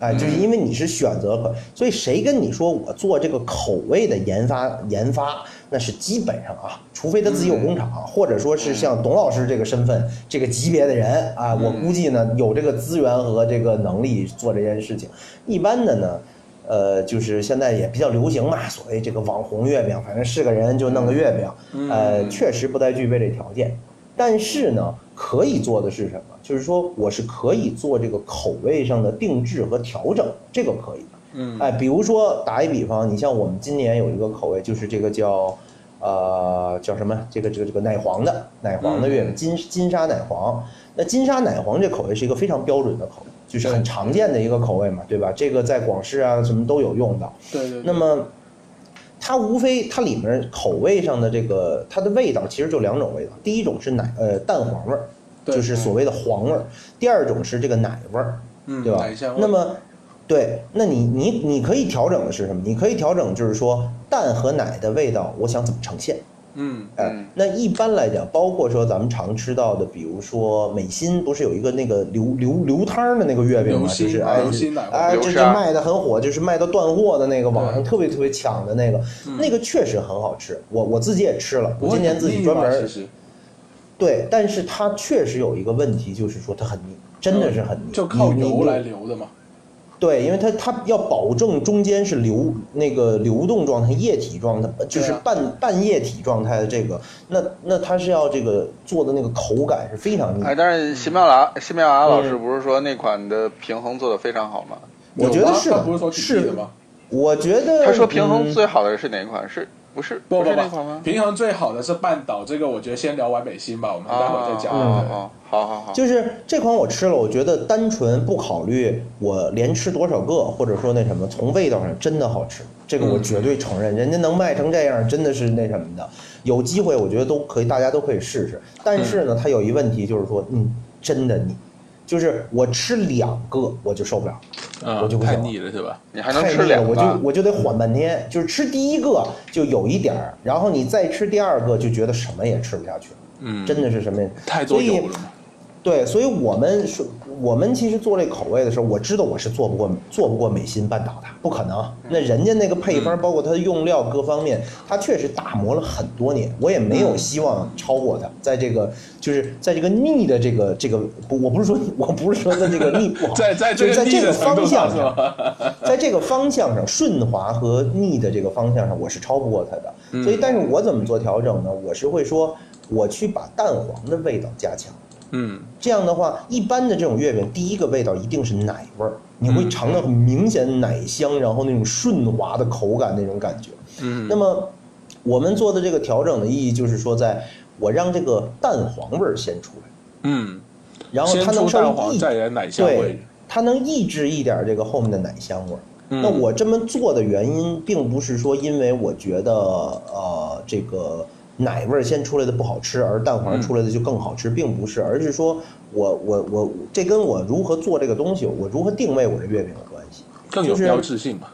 哎，就是因为你是选择可，所以谁跟你说我做这个口味的研发研发，那是基本上啊，除非他自己有工厂，或者说是像董老师这个身份、这个级别的人啊，我估计呢有这个资源和这个能力做这件事情。一般的呢，呃，就是现在也比较流行嘛，所谓这个网红月饼，反正是个人就弄个月饼，呃，确实不太具备这条件。但是呢，可以做的是什么？就是说，我是可以做这个口味上的定制和调整，这个可以。嗯，哎，比如说打一比方，你像我们今年有一个口味，就是这个叫，呃，叫什么？这个这个这个奶黄的奶黄的月饼，金金沙奶黄。那金沙奶黄这口味是一个非常标准的口味，就是很常见的一个口味嘛，对吧？这个在广式啊什么都有用到。对对。对那么它无非它里面口味上的这个它的味道其实就两种味道，第一种是奶呃蛋黄味儿，对就是所谓的黄味儿；第二种是这个奶味儿，嗯对吧奶香？味那么。对，那你你你可以调整的是什么？你可以调整就是说蛋和奶的味道，我想怎么呈现？嗯哎嗯，那一般来讲，包括说咱们常吃到的，比如说美心不是有一个那个流流流汤儿的那个月饼流吗？心就是啊哎流心奶酪哎，流这这沙卖的很火，就是卖到断货的那个，网上啊对嗯特别特别抢的那个，那个确实很好吃，我我自己也吃了，不我会今年很自己腻专吗门其实对，但是它确实有一个问题，就是说它很腻，真的是很腻，就靠你油你来流的嘛。对，因为它它要保证中间是流那个流动状态、液体状态，就是对啊半、半液体状态的这个，那那它是要这个做的那个口感是非常腻。哎，但是喜马拉喜马拉雅老师不是说那款的平衡做的非常好吗？我觉有得吗是他的不是说挺是腻的吗？我觉得他说平衡嗯最好的是哪款？是不是不不是那款不，吗？平衡最好的是半岛，这个我觉得先聊完美心吧，我们待会儿再讲。啊嗯对哦，好好好，就是这款我吃了，我觉得单纯不考虑我连吃多少个，或者说那什么，从味道上真的好吃，这个我嗯绝对承认，人家能卖成这样，真的是那什么的。有机会我觉得都可以，大家都可以试试。但是嗯呢，它有一问题就是说，嗯，真的腻，就是我吃两个我就受不了，嗯我就不太行了腻了是吧？你还能太吃腻了，两我就个？啊我就得缓半天，就是吃第一个就有一点儿，然后你再吃第二个就觉得什么也吃不下去，嗯，真的是什么也太多所以油了嘛。对，所以我们说，我们其实做这口味的时候，我知道我是做不过做不过美心半岛的，不可嗯能。那人家那个配方，包括它的用料各方面，它确实打磨了很多年，我也没嗯有希望超过它。在这个就是在这个腻的这个这个，不，我不是说我不是说它这个腻不好，在在就这是在个腻这的个程度方上向是上，吧？ <laughs> 在这个方向上，顺滑和逆的这个方向上，我是超不过它嗯的。所以，但是我怎么做调整呢？我是会说，我去把蛋黄的味道加强。嗯，这样的话，一般的这种月饼，第一个味道一定是奶味儿，你会尝到很明显的奶香，然后那种顺滑的口感那种感觉。嗯，那么我们做的这个调整的意义就是说，在我让这个蛋黄味儿先出来，嗯，然后先它能出稍蛋微黄，抑再来奶香对味。，它能抑制一点这个后面的奶香味儿。嗯那我这么做的原因，并不是说因为我觉得呃这个奶味儿先出来的不好吃，而蛋嗯黄出来的就更好吃，并不是，而是说我我我这跟我如何做这个东西，我如何定位我这月饼有关系。更有就是标志性嘛。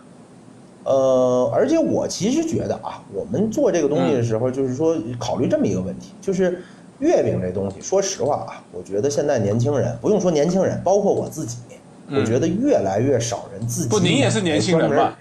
呃，而且我其实觉得啊，我们做这个东西嗯的时候，就是说考虑这么一个问题，就是月饼这东西，说实话啊，我觉得现在年轻人，不用说年轻人，包括我自己，我觉得越来越少人自己嗯不，您也是年轻人专门吧？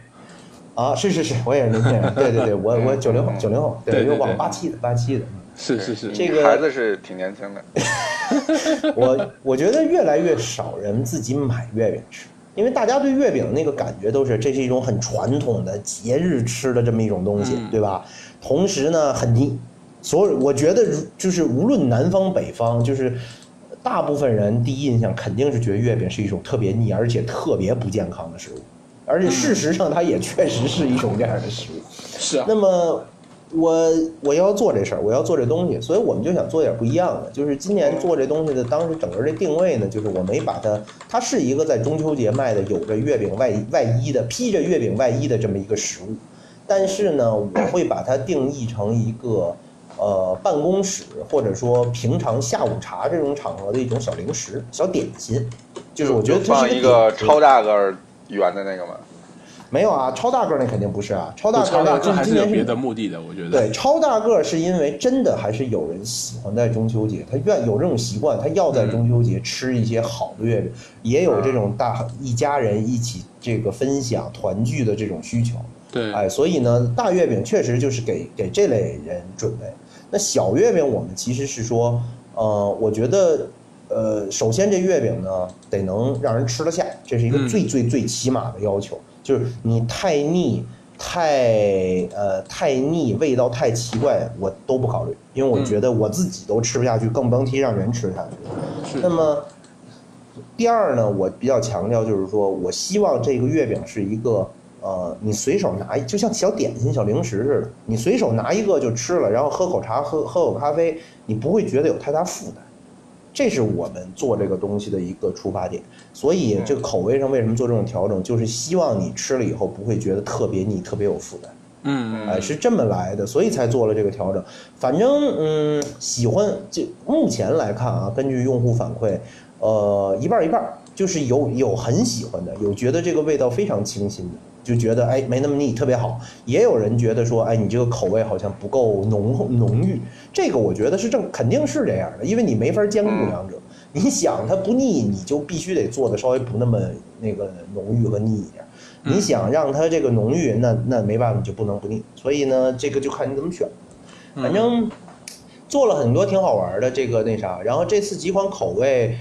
啊，是是是，我也是 <laughs> 年轻人，对对对，我我九零后，九零后，嗯对因对为我对八七的，八七的，是是是，这个孩子是挺年轻的，我我觉得越来越少人自己买月饼吃，因为大家对月饼那个感觉都是这是一种很传统的节日吃的这么一种东西，嗯对吧？同时呢，很腻，所以我觉得如就是无论南方北方，就是。大部分人第一印象肯定是觉得月饼是一种特别腻，而且特别不健康的食物，而且嗯事实上它也确实是一种这样的食物。是啊那，么我我要做这事儿，我要做这东西，所以我们就想做点不一样的。就是今年做这东西的，当时整个这定位呢，就是我没把它，它是一个在中秋节卖的，有着月饼外外衣的，披着月饼外衣的这么一个食物。但是呢，我会把它定义成一个呃办公室或者说平常下午茶这种场合的一种小零食、小点心。就是我觉得就它放是一个个点心超大个圆的那个嘛。没有啊，超大个儿那肯定不是啊，超大不个儿超那大这还今是有年别的目的的，我觉得。对，超大个儿是因为真的还是有人喜欢在中秋节，他愿有这种习惯，他要在嗯中秋节吃一些好的月饼，也有这种大一家人一起这个分享团聚的这种需求。对哎，所以呢，大月饼确实就是给给这类人准备。那小月饼我们其实是说，呃，我觉得，呃，首先这月饼呢得能让人吃得下，这是一个嗯最最最起码的要求，就是你太腻。太呃太腻，味道太奇怪，我都不考虑，因嗯为我觉得我自己都吃不下去，更甭提让人吃下去。是那么第二呢，我比较强调就是说，我希望这个月饼是一个呃，你随手拿一，就像小点心、小零食似的，你随手拿一个就吃了，然后喝口茶、喝喝口咖啡，你不会觉得有太大负担。这是我们做这个东西的一个出发点，所以这个口味上为什么做这种调整，就是希望你吃了以后不会觉得特别腻、特别有负担。嗯，哎，是这么来的，所以才做了这个调整。反正嗯，喜欢就目前来看啊，根据用户反馈，呃，一半儿一半儿，就是有有很喜欢的，有觉得这个味道非常清新的，就觉得哎没那么腻，特别好。也有人觉得说，哎，你这个口味好像不够浓浓郁。这个我觉得是正肯定是这样的，因为你没法兼顾两者。你想它不腻，你就必须得做的稍微不那么那个浓郁和腻一点。你想让它这个浓郁，那那没办法，你就不能不腻。所以呢，这个就看你怎么选。嗯反正做了很多挺好玩的这个那啥，然后这次几款口味，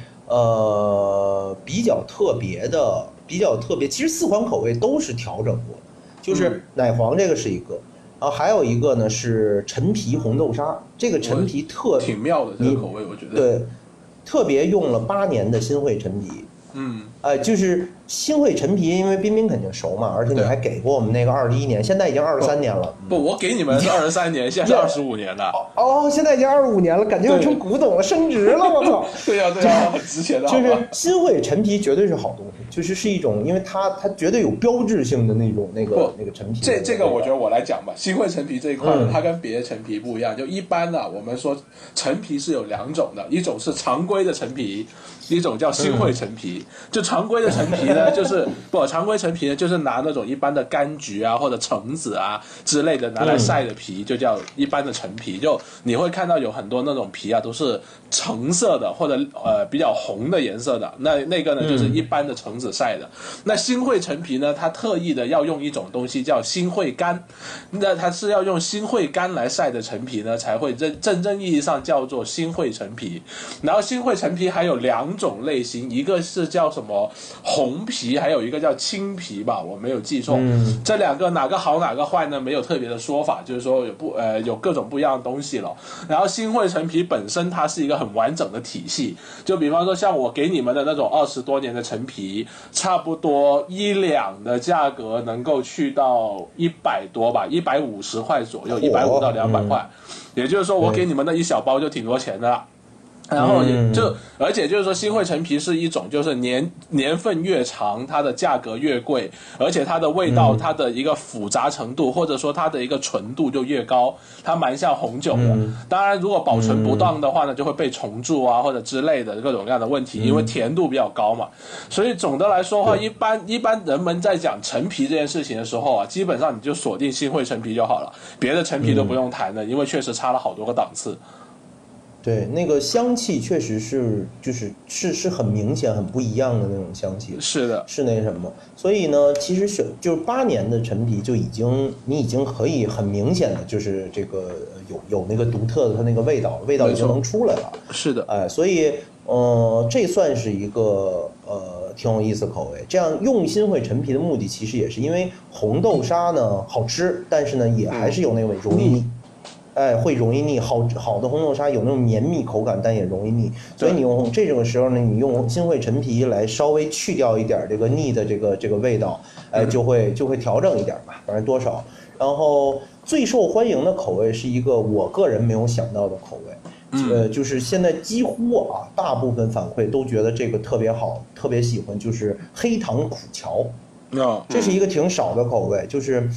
呃，比较特别的，比较特别，其实四款口味都是调整过的，嗯就是奶黄这个是一个，然后还有一个呢是陈皮红豆沙，这个陈皮特挺妙的这个口味，我觉得。对，特别用了八年的新会陈皮，嗯，呃，就是新会陈皮，因为彬彬肯定熟嘛，而且你对哦还给过我们那个二十一年，现在已经二十三年了。不，我给你们是二十三年，现在是二十五年了。哦，现在已经二十五年了，感觉要成古董了，升值了，我 <laughs> 操！对呀、对呀、很值钱的，啊就好是吧？新会陈皮绝对是好东西，就是是一种，因为它它绝对有标志性的那种那个不那个陈皮的那种味道。这这个我觉得我来讲吧，新会陈皮这一块呢嗯，它跟别的陈皮不一样。就一般呢，我们说陈皮是有两种的，一种是常规的陈皮，一种叫新会陈皮。就常规的陈皮呢，就是不常规陈皮呢，就是拿那种一般的柑橘啊或者橙子啊之类的拿来晒的皮，就叫一般的陈皮。就你会看到有很多那种皮啊，都是橙色的或者呃比较红的颜色的，那那个呢就是一般的橙子晒的。那新会陈皮呢，它特意的要用一种东西叫新会柑，那它是要用新会柑来晒的陈皮呢，才会真真正意义上叫做新会陈皮。然后新会陈皮还有两种类型，一个是叫什么红皮，还有一个叫青皮吧，我没有记错。嗯这两个哪个好哪个坏呢？没有特别的说法，就是说有不呃有各种不一样的东西了。然后新会陈皮本身它是一个很完整的体系，就比方说像我给你们的那种二十多年的陈皮，差不多一两的价格能够去到一百多吧，一百五十块左右，一百五到两百块。也就是说，我给你们那一小包就挺多钱的了。然后也嗯就，而且就是说，新会陈皮是一种，就是年年份越长，它的价格越贵，而且它的味道、它的一个复杂程度，或者说它的一个纯度就越高，它蛮像红酒嗯的。当然，如果保存不当的话呢，就会被虫蛀啊或者之类的各种各样的问题，因为甜度比较高嘛。所以总的来说的话，一般一般人们在讲陈皮这件事情的时候啊，基本上你就锁定新会陈皮就好了，别的陈皮都不用谈了，因为确实差了好多个档次。对那个香气确实是就是是是很明显很不一样的那种香气，是的，是那什么。所以呢，其实选就是八年的陈皮就已经你已经可以很明显的就是这个呃有有那个独特的它那个味道，味道已经没错能出来了。是的，哎，所以，呃，这算是一个呃挺有意思的口味。这样用心会陈皮的目的，其实也是因为红豆沙呢好吃，但是呢也还是有那种容易腻，哎，会容易腻。好好的红豆沙有那种绵密口感，但也容易腻。所以对你用这种时候呢，你用新会陈皮来稍微去掉一点儿这个腻的这个这个味道，哎，就会就会调整一点儿吧，反正多少。然后最受欢迎的口味是一个我个人没有想到的口味，嗯呃，就是现在几乎啊，大部分反馈都觉得这个特别好，特别喜欢，就是黑糖苦荞，嗯这是一个挺少的口味，就是。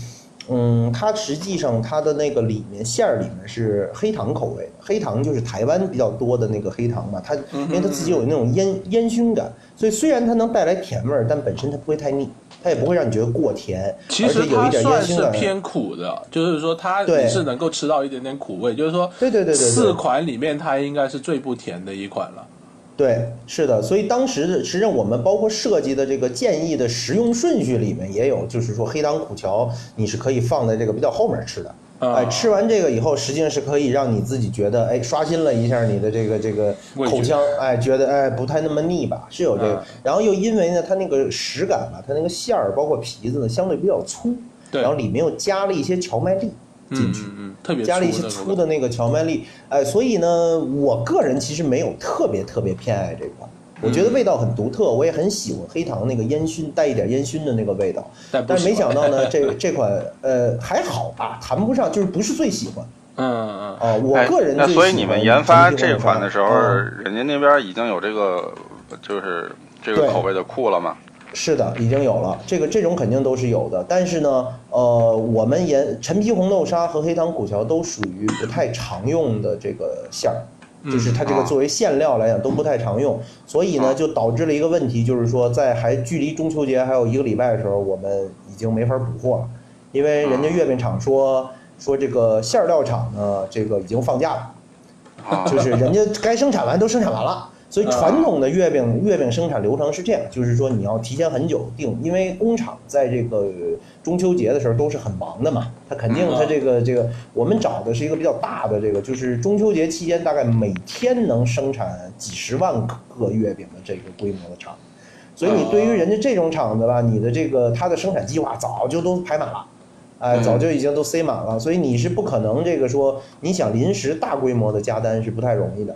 嗯，它实际上它的那个里面馅儿里面是黑糖口味，黑糖就是台湾比较多的那个黑糖嘛，它嗯因为它自己有那种烟烟熏感，所以虽然它能带来甜味儿，但本身它不会太腻，它也不会让你觉得过甜，其而且实有一它点算烟熏是感。偏苦的，就是说它对你是能够吃到一点点苦味，就是说对对对对对四款里面它应该是最不甜的一款了。对，是的，所以当时的实际上我们包括设计的这个建议的食用顺序里面也有，就是说黑糖苦荞你是可以放在这个比较后面吃的。啊哎，吃完这个以后，实际上是可以让你自己觉得，哎，刷新了一下你的这个这个味觉口腔，哎，觉得哎不太那么腻吧，是有这个啊。然后又因为呢，它那个食感吧，它那个馅儿包括皮子呢相对比较粗，对然后里面又加了一些荞麦粒进嗯去，嗯嗯，特别加了一粗些的粗那的嗯那个荞麦粒，哎，所以呢，我个人其实没有特别特别偏爱这款，我嗯觉得味道很独特，我也很喜欢黑糖那个烟熏带一点烟熏的那个味道，但不但是没喜欢想到 <laughs> 呢，这这款呃还好吧，谈不上，就是不是最喜欢种嗯嗯啊、我哎个人最喜欢陈那皮红豆沙、所以你们研发这款的时啊候，嗯人家那边已经有这个就是这个对口味的库了嘛？是的，已经有了，这个这种肯定都是有的。但是呢，呃，我们研陈皮红豆沙和黑糖苦荞都属于不太常用的这个馅儿，嗯就是它这个作为馅料来讲都不太常用，所以呢，就导致了一个问题，就是说在还距离中秋节还有一个礼拜的时候，我们已经没法补货了，因为人家月饼厂说说这个馅料厂呢，这个已经放假了，啊就是人家该生产完都生产完了。所以传统的月饼月饼生产流程是这样，就是说你要提前很久定，因为工厂在这个中秋节的时候都是很忙的嘛，他肯定嗯啊他这个这个我们找的是一个比较大的这个，就是中秋节期间大概每天能生产几十万个月饼的这个规模的厂，所以你对于人家这种厂子吧，你的这个它的生产计划早就都排满了。哎，嗯早就已经都塞满了，所以你是不可能这个说你想临时大规模的加单是不太容易的。嗯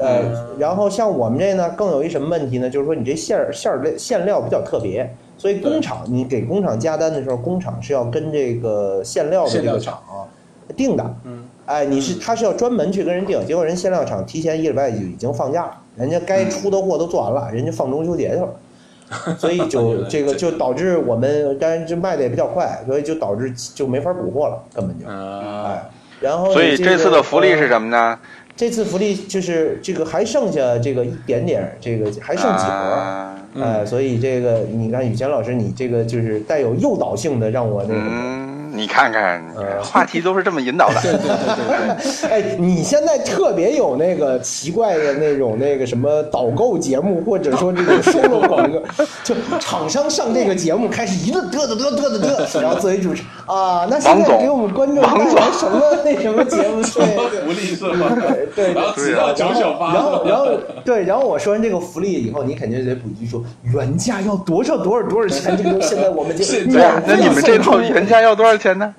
呃，然后像我们这呢，更有一什么问题呢？就是说你这馅儿馅儿馅料比较特别，所以工厂你给工厂加单的时候，工厂是要跟这个馅料的这馅料个厂厂定的。嗯，哎，你是他是要专门去跟人定，结果人馅料厂提前一个礼拜就已经放假了，人家该出的货都做完了，人家放中秋节去了， <laughs> 所以有就点这个这就导致我们，当然这卖的也比较快，所以就导致就没法补货了，根本就啊，哎。然后嗯所以你这这个次的福利是呃什么呢？这次福利就是这个还剩下这个一点点儿，这个还剩几盒儿，啊嗯哎，所以这个你看雨谦老师，你这个就是带有诱导性的让我那个，嗯，你看看，你看呃话题都是这么引导的。对对 <laughs> 对对对，哎，你现在特别有那个奇怪的那种那个什么导购节目，或者说这个收购广告，就厂商上这个节目开始一顿嘚嘚嘚嘚嘚嘚，然后作为主持人啊，那现王在总给我们观众带王总来什么那什么节目？对。对福利社嘛， <laughs> 对 <laughs> 然后直到九九八，然后，然后，对，然后我说完这个福利以后，你肯定得补一句说原价要多少多少多少钱，这个东西现在我们就现对呀，那你们这套免费原价要多少钱呢？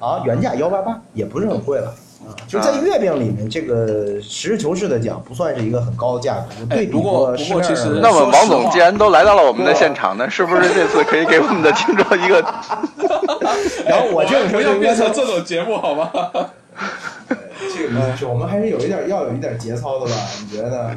啊，原价幺八八也不是很贵了。啊，就在月饼里面，这个实事求是的讲，不算是一个很高的价格。就对比哎不过不过市呃其实面上那么王总既然都来到了我们的对啊现场呢，是不是这次可以给我们的听众一个？然后 <laughs> 我这种时不候要就应变该说成，这种节目好吗？这个就我们还是有一点要有一点节操的吧？你觉得呢？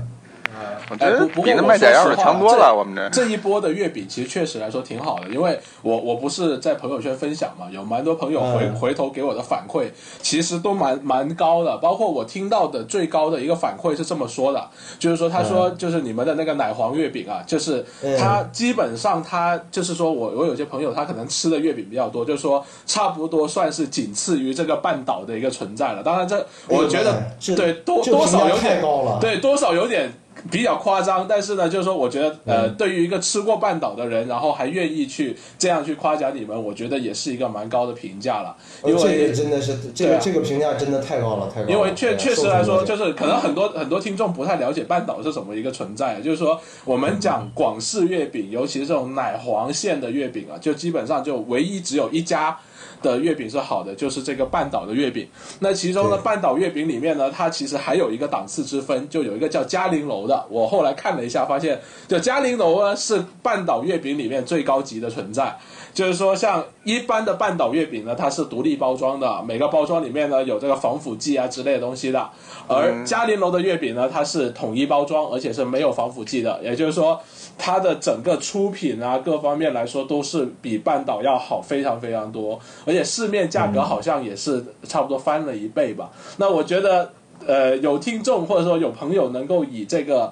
我觉 <laughs> 哎得不不过比那我卖假说药实的话强多这了。我们 <laughs> 这这一波的月饼其实确实来说挺好的，因为我我不是在朋友圈分享嘛，有蛮多朋友回、嗯回头给我的反馈，其实都蛮蛮高的。包括我听到的最高的一个反馈是这么说的，就是说他说就是你们的那个奶黄月饼啊，就是嗯他基本上他就是说我我有些朋友他可能吃的月饼比较多，就是说差不多算是仅次于这个半岛的一个存在了。当然这我觉得、这对多这多评少价有点太高了对多少有点比较夸张，但是呢，就是说，我觉得呃，嗯对于一个吃过半岛的人，然后还愿意去这样去夸奖你们，我觉得也是一个蛮高的评价了。因这为个真的是这对个啊这个评价真的太高了，太高了。因为确对啊确实来受宠若说，惊就是可能很多很多听众不太了解半岛是什么一个存在，啊就是说我们讲广式月饼，尤其是这种奶黄馅的月饼啊，就基本上就唯一只有一家的月饼是好的，就是这个半岛的月饼。那其中呢，对半岛月饼里面呢，它其实还有一个档次之分，就有一个叫嘉陵楼的。我后来看了一下，发现就嘉陵楼呢是半岛月饼里面最高级的存在。就是说，像一般的半岛月饼呢，它是独立包装的，每个包装里面呢有这个防腐剂啊之类的东西的。而嘉陵楼的月饼呢，它是统一包装，而且是没有防腐剂的，也就是说，它的整个出品啊各方面来说都是比半岛要好非常非常多，而且市面价格好像也是差不多翻了一倍吧。那我觉得，呃，有听众或者说有朋友能够以这个。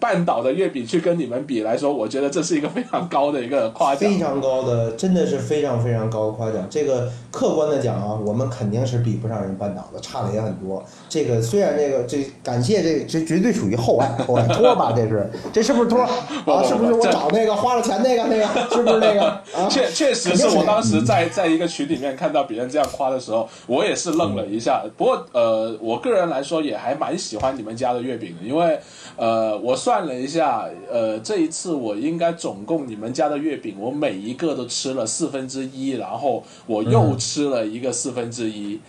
半岛的月饼去跟你们比来说，我觉得这是一个非常高的一个夸奖非。常高的，真的是非常非常高的夸奖。这个客观的讲啊，我们肯定是比不上人半岛的，差的也很多。这个虽然这个这感谢这这绝对属于厚爱厚爱托吧，这是这是不 <laughs> 是托不啊？不是不是不我这找那个花了钱那个那个是不是那个啊？确确实是我当时在在一个群里面看到别人这样夸的时候，我也是愣了一下。不过呃，我个人来说也还蛮喜欢你们家的月饼的，因为呃，我算了一下，呃，这一次我应该总共你们家的月饼，我每一个都吃了四分之一，然后我又吃了一个四分之一。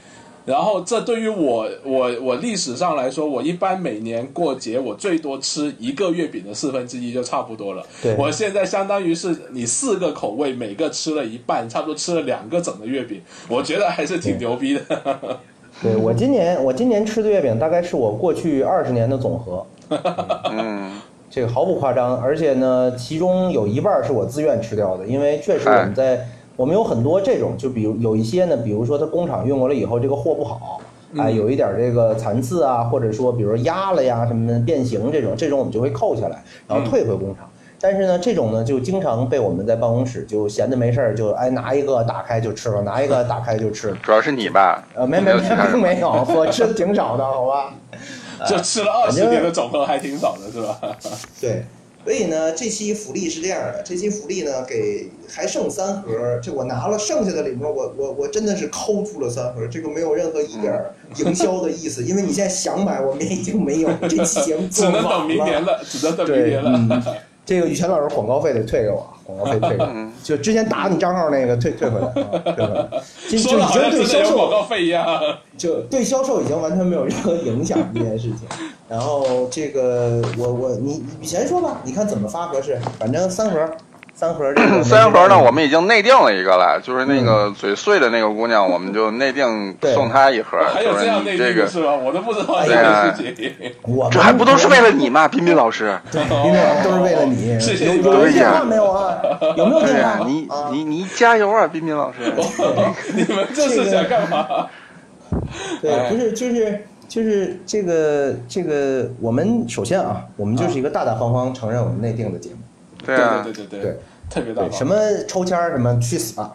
然后，这对于我我我历史上来说，我一般每年过节，我最多吃一个月饼的四分之一就差不多了。对我现在相当于是你四个口味，每个吃了一半，差不多吃了两个整的月饼，我觉得还是挺牛逼的。对我今年我今年吃的月饼大概是我过去二十年的总和，嗯，这个毫不夸张，而且呢，其中有一半儿是我自愿吃掉的，因为确哎实我们在、我们有很多这种，就比如有一些呢，比如说它工厂运过来以后，这个货不好，嗯啊，有一点这个残次啊，或者说比如压了呀什么的变形这种，这种我们就会扣下来，然嗯后退回工厂。但是呢，这种呢就经常被我们在办公室就闲的没事儿就哎拿一个打开就吃了，拿一个打开就吃了。主要是你吧？呃，没你没有没其他，人并吧没有，我吃的挺少的，好吧？就吃了二十年的总和还挺少的，是吧？对，所以呢，这期福利是这样的，这期福利呢给还剩三盒，这我拿了剩下的里面，我我我真的是抠出了三盒，这个没有任何一点儿营销的意思， <laughs> 因为你现在想买，我们已经没有，这期节目只做能等明年晚了。了，只能等明年了。 <laughs> 这个雨辰老师广告费得退给我啊，广告费退给我，就之前打你账号那个退退回来，啊 <laughs> 退回来，就说就的已好像经对真的销有售广告费一样。就对销售已经完全没有任何影响这件事情。然后这个我我你你以前说吧，你看怎么发合适，反正三盒， <coughs> 三盒这个嗯嗯三盒呢，我们已经内定了一个了，就是那个嘴碎的那个姑娘，我们就内定对送她一盒。还有就这是样你内这地个的，是吧？我都不知道这对个啊事情。我这还不都是为了你 <laughs> 吗？彬彬老师，对，因为都是为了你。哦谢谢有你们有人对电呀话没有啊？有没有对电哎呀话，？你啊你你加油啊，彬彬老师！哦你们这是想干嘛？对，哎不是就是。就是这个这个，我们首先啊，我们就是一个大大方方承认我们内定的节目， <laughs> 对啊，对对对对，特别大对方。什么抽签儿什么去死吧，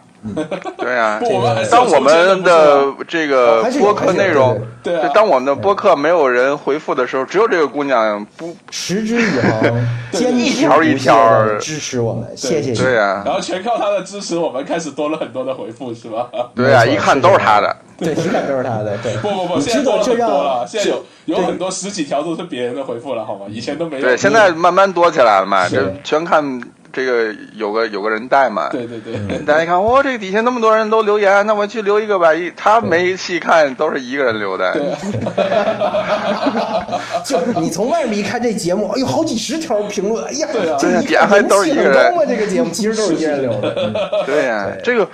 对啊不，我们还是当有我们的这哦个还是有呃播客内容，对啊对对就当我们的播客没有人回复的时候，只有这个姑娘不，持之以恒，坚一持条不一懈条的儿支持我们，谢谢你。对啊，然后全靠他的支持，我们开始多了很多的回复，是吧？对啊，没错一看都是她的，对，一看都是他的。对，不不不，你现在知道这多了很让多了，现在有有对很多十几条都是别人的回复了，好吗？以前都没有。对，现在慢慢多起来了嘛，是这全看这个有个有个人带嘛。对对对，嗯大家一看，哇、这个底下那么多人都留言，那我去留一个吧。一他没细看，都是一个人留的。就你从外面一看这节目，哎呦，好几十条评论，哎呀，对啊这一点开都是一个人人气很高啊，这个节目其实都是一个人留的，对呀、对这个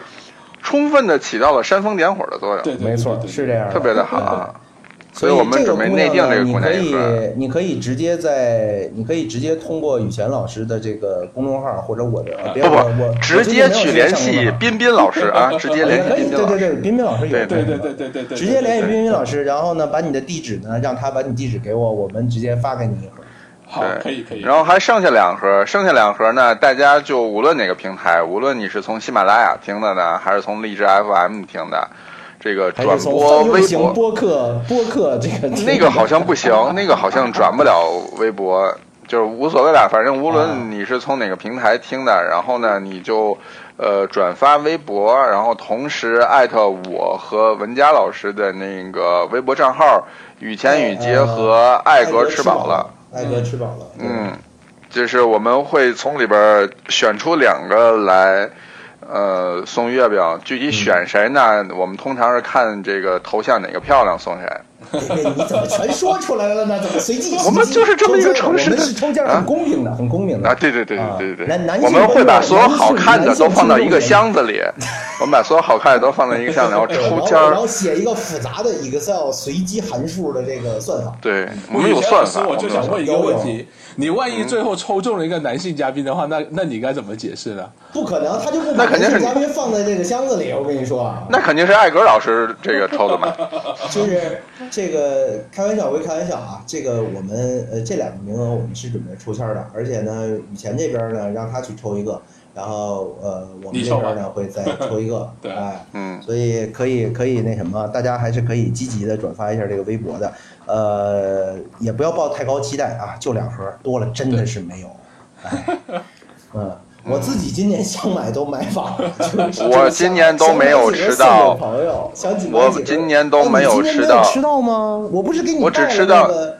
充分的起到了煽风点火的作用，对嗯没错，是这样的，特别的好啊。所所以我们这个准备内定这个姑姑娘娘一呢盒你可以，你可以直接在，你可以直接通过雨前老师的这个公众号或者我的，别不我我不，直接去联系彬彬老师啊，直接也联系可以，彬彬哎对老对师。对，彬彬老师有，对对对对对对对，直接联系彬彬老师，然后呢，把你的地址呢，让他把你地址给我，我们直接发给你一盒。好，可以可以。然后还剩下两盒，剩下两盒呢，大家就无论哪个平台，无论你是从喜马拉雅听的呢，还是从荔枝 FM 听的，这个还转是从泛播用微型博播客播客这个 <laughs> 那个好 <laughs> 像不 <laughs> 行，那个好像转不了微博，就是无所谓吧，反正无论你是从哪个平台听的，然后呢，你就呃转发微博，然后同时艾特我和文佳老师的那个微博账号“雨前雨杰”和“艾格吃饱了”，艾格吃饱了，嗯，就是我们会从里边儿选出两个来。呃，送月饼，具体选谁呢？嗯我们通常是看这个头像哪个漂亮送谁。对，哎你怎么全说出来了呢？怎么随机？ <laughs> 我们就是这么一个抽诚签实我的们是抽签，很公平的，很公平的啊，。对对对对对啊对男对，我们会把所有好看的都放到一个男性箱子里，我们把所有好看的都放到一个箱子里，然后对然抽后签 <laughs> 然儿。后写一个复杂的 Excel 随机函数的这个算法。对，我我们有算法，我我就们有想算法。嗯问一个问题：你万一最后抽中了一个男性嘉宾的话，那那你该怎么解释呢？不可能，他就不把那肯定是男性嘉宾放在这个箱子里。我跟你说啊，那肯定是艾格老师这个抽的 <laughs> 嘛。 <laughs> 就是这个开玩笑归开玩笑啊，这个我们呃这两个名额我们是准备抽签儿的，而且呢，雨前这边呢让他去抽一个，然后呃我们你这抽吧边呢会再抽一个， <laughs> 对哎，嗯，所以可以可以那什么，大家还是可以积极的转发一下这个微博的，呃，也不要抱太高期待啊，就两盒，多了真的是没有，哎，嗯。我自己今年想买都买晚了，就是我今年都没有吃想买几个送到给朋友，想几我今年都没有吃到哎你今年没有吃到吗？我不是给你我只吃到带了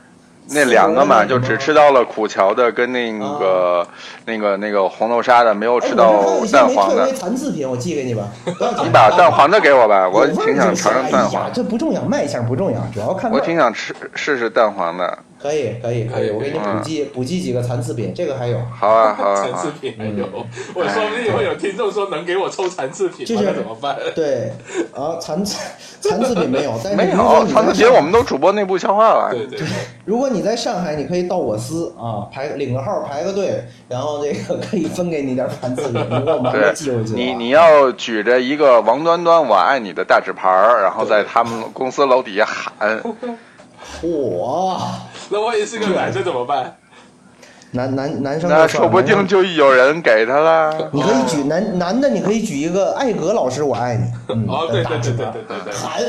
那两个嘛，四个就只吃到了苦荞的跟那个那个那个红豆沙的，没有吃到蛋黄啊哎我这还有一些没退的回。残次品，我寄给你吧。不要紧你把蛋黄的给我吧，有味啊我儿就行挺想尝尝蛋哎呀黄，这不重要，卖相不重要，主要看味我儿挺想吃试试蛋黄的。可以可以可以，我给你嗯补记补记几个残次品，这个还有。好啊，好啊，残好次啊品没有，嗯我说不定会有听众说能给我抽残次品就吗？是那怎么办？对，啊，残次残次品没有，但是没如果有，你传在字节上我们都主播内部消化了。对对对，如果你在上海，你可以到我司啊，排领个号，排个队，然后这个可以分给你点残次品，如果我们还没对寄回去的话你你要举着一个王端端我爱你的大纸牌儿，然后在他们公司楼底下喊，嚯，那万一是个男生怎么办？男男男生那就算了说不定就有人给他啦。你可以举男男的，你可以举一个艾格老师我爱你，嗯，哦，对大对纸对对牌对对对， <laughs> 喊，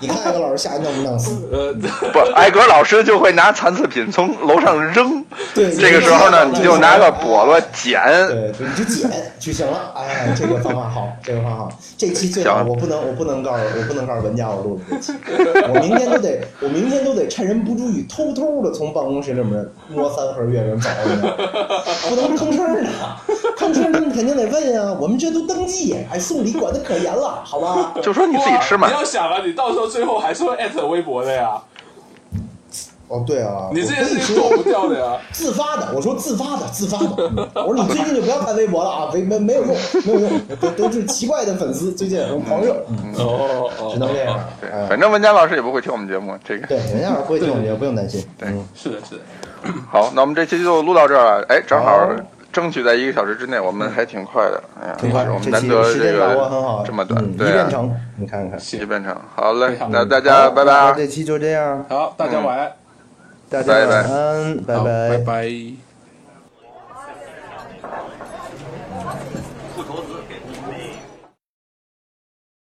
你看艾格老师下去弄不弄死？呃，不，挨格老师就会拿残次品从楼上扔。对这个时候呢，你就拿个笸箩 <laughs> 捡。对，对，你就剪就行了。哎，这个方法 <laughs> 好，这个方法好。这期最好，行我不能，我不能告诉，我不能告诉文佳我录了这期。我明天都得，我明天都得趁人不注意，偷偷的从办公室里面摸三盒月饼找回来，不能吭声 <laughs> 儿的。吭声儿他们肯定得问啊，我们这都登记，哎，送礼管得可严了，好吧？就说你自己吃嘛哇你，要想啊，你到时候最后还是会艾特微博的呀，哦，对啊，你我这件跟事你情说躲不掉的 <laughs> 呀。自发的，我说自发的，自发的。我说你最近就不要看微博了啊，没没没有用，没有用，都都是奇怪的粉丝，最近很狂热，嗯哦只能这样。对，哎反正文佳老师也不会听我们节目。这个对，人家不会听我们节目，不用担心。对嗯是的，是的，好，那我们这期就录到这儿了。哎，正好好争取在一个小时之内，我们还挺快的。哎呀，挺快我，们这难期得时这间把握很个好，这么嗯短，一对遍啊，成，你看看。一遍成。好嘞非，常那棒大家好拜啊那拜。这期就这样，好，大家晚安，大家拜拜嗯晚安，拜好拜拜。拜。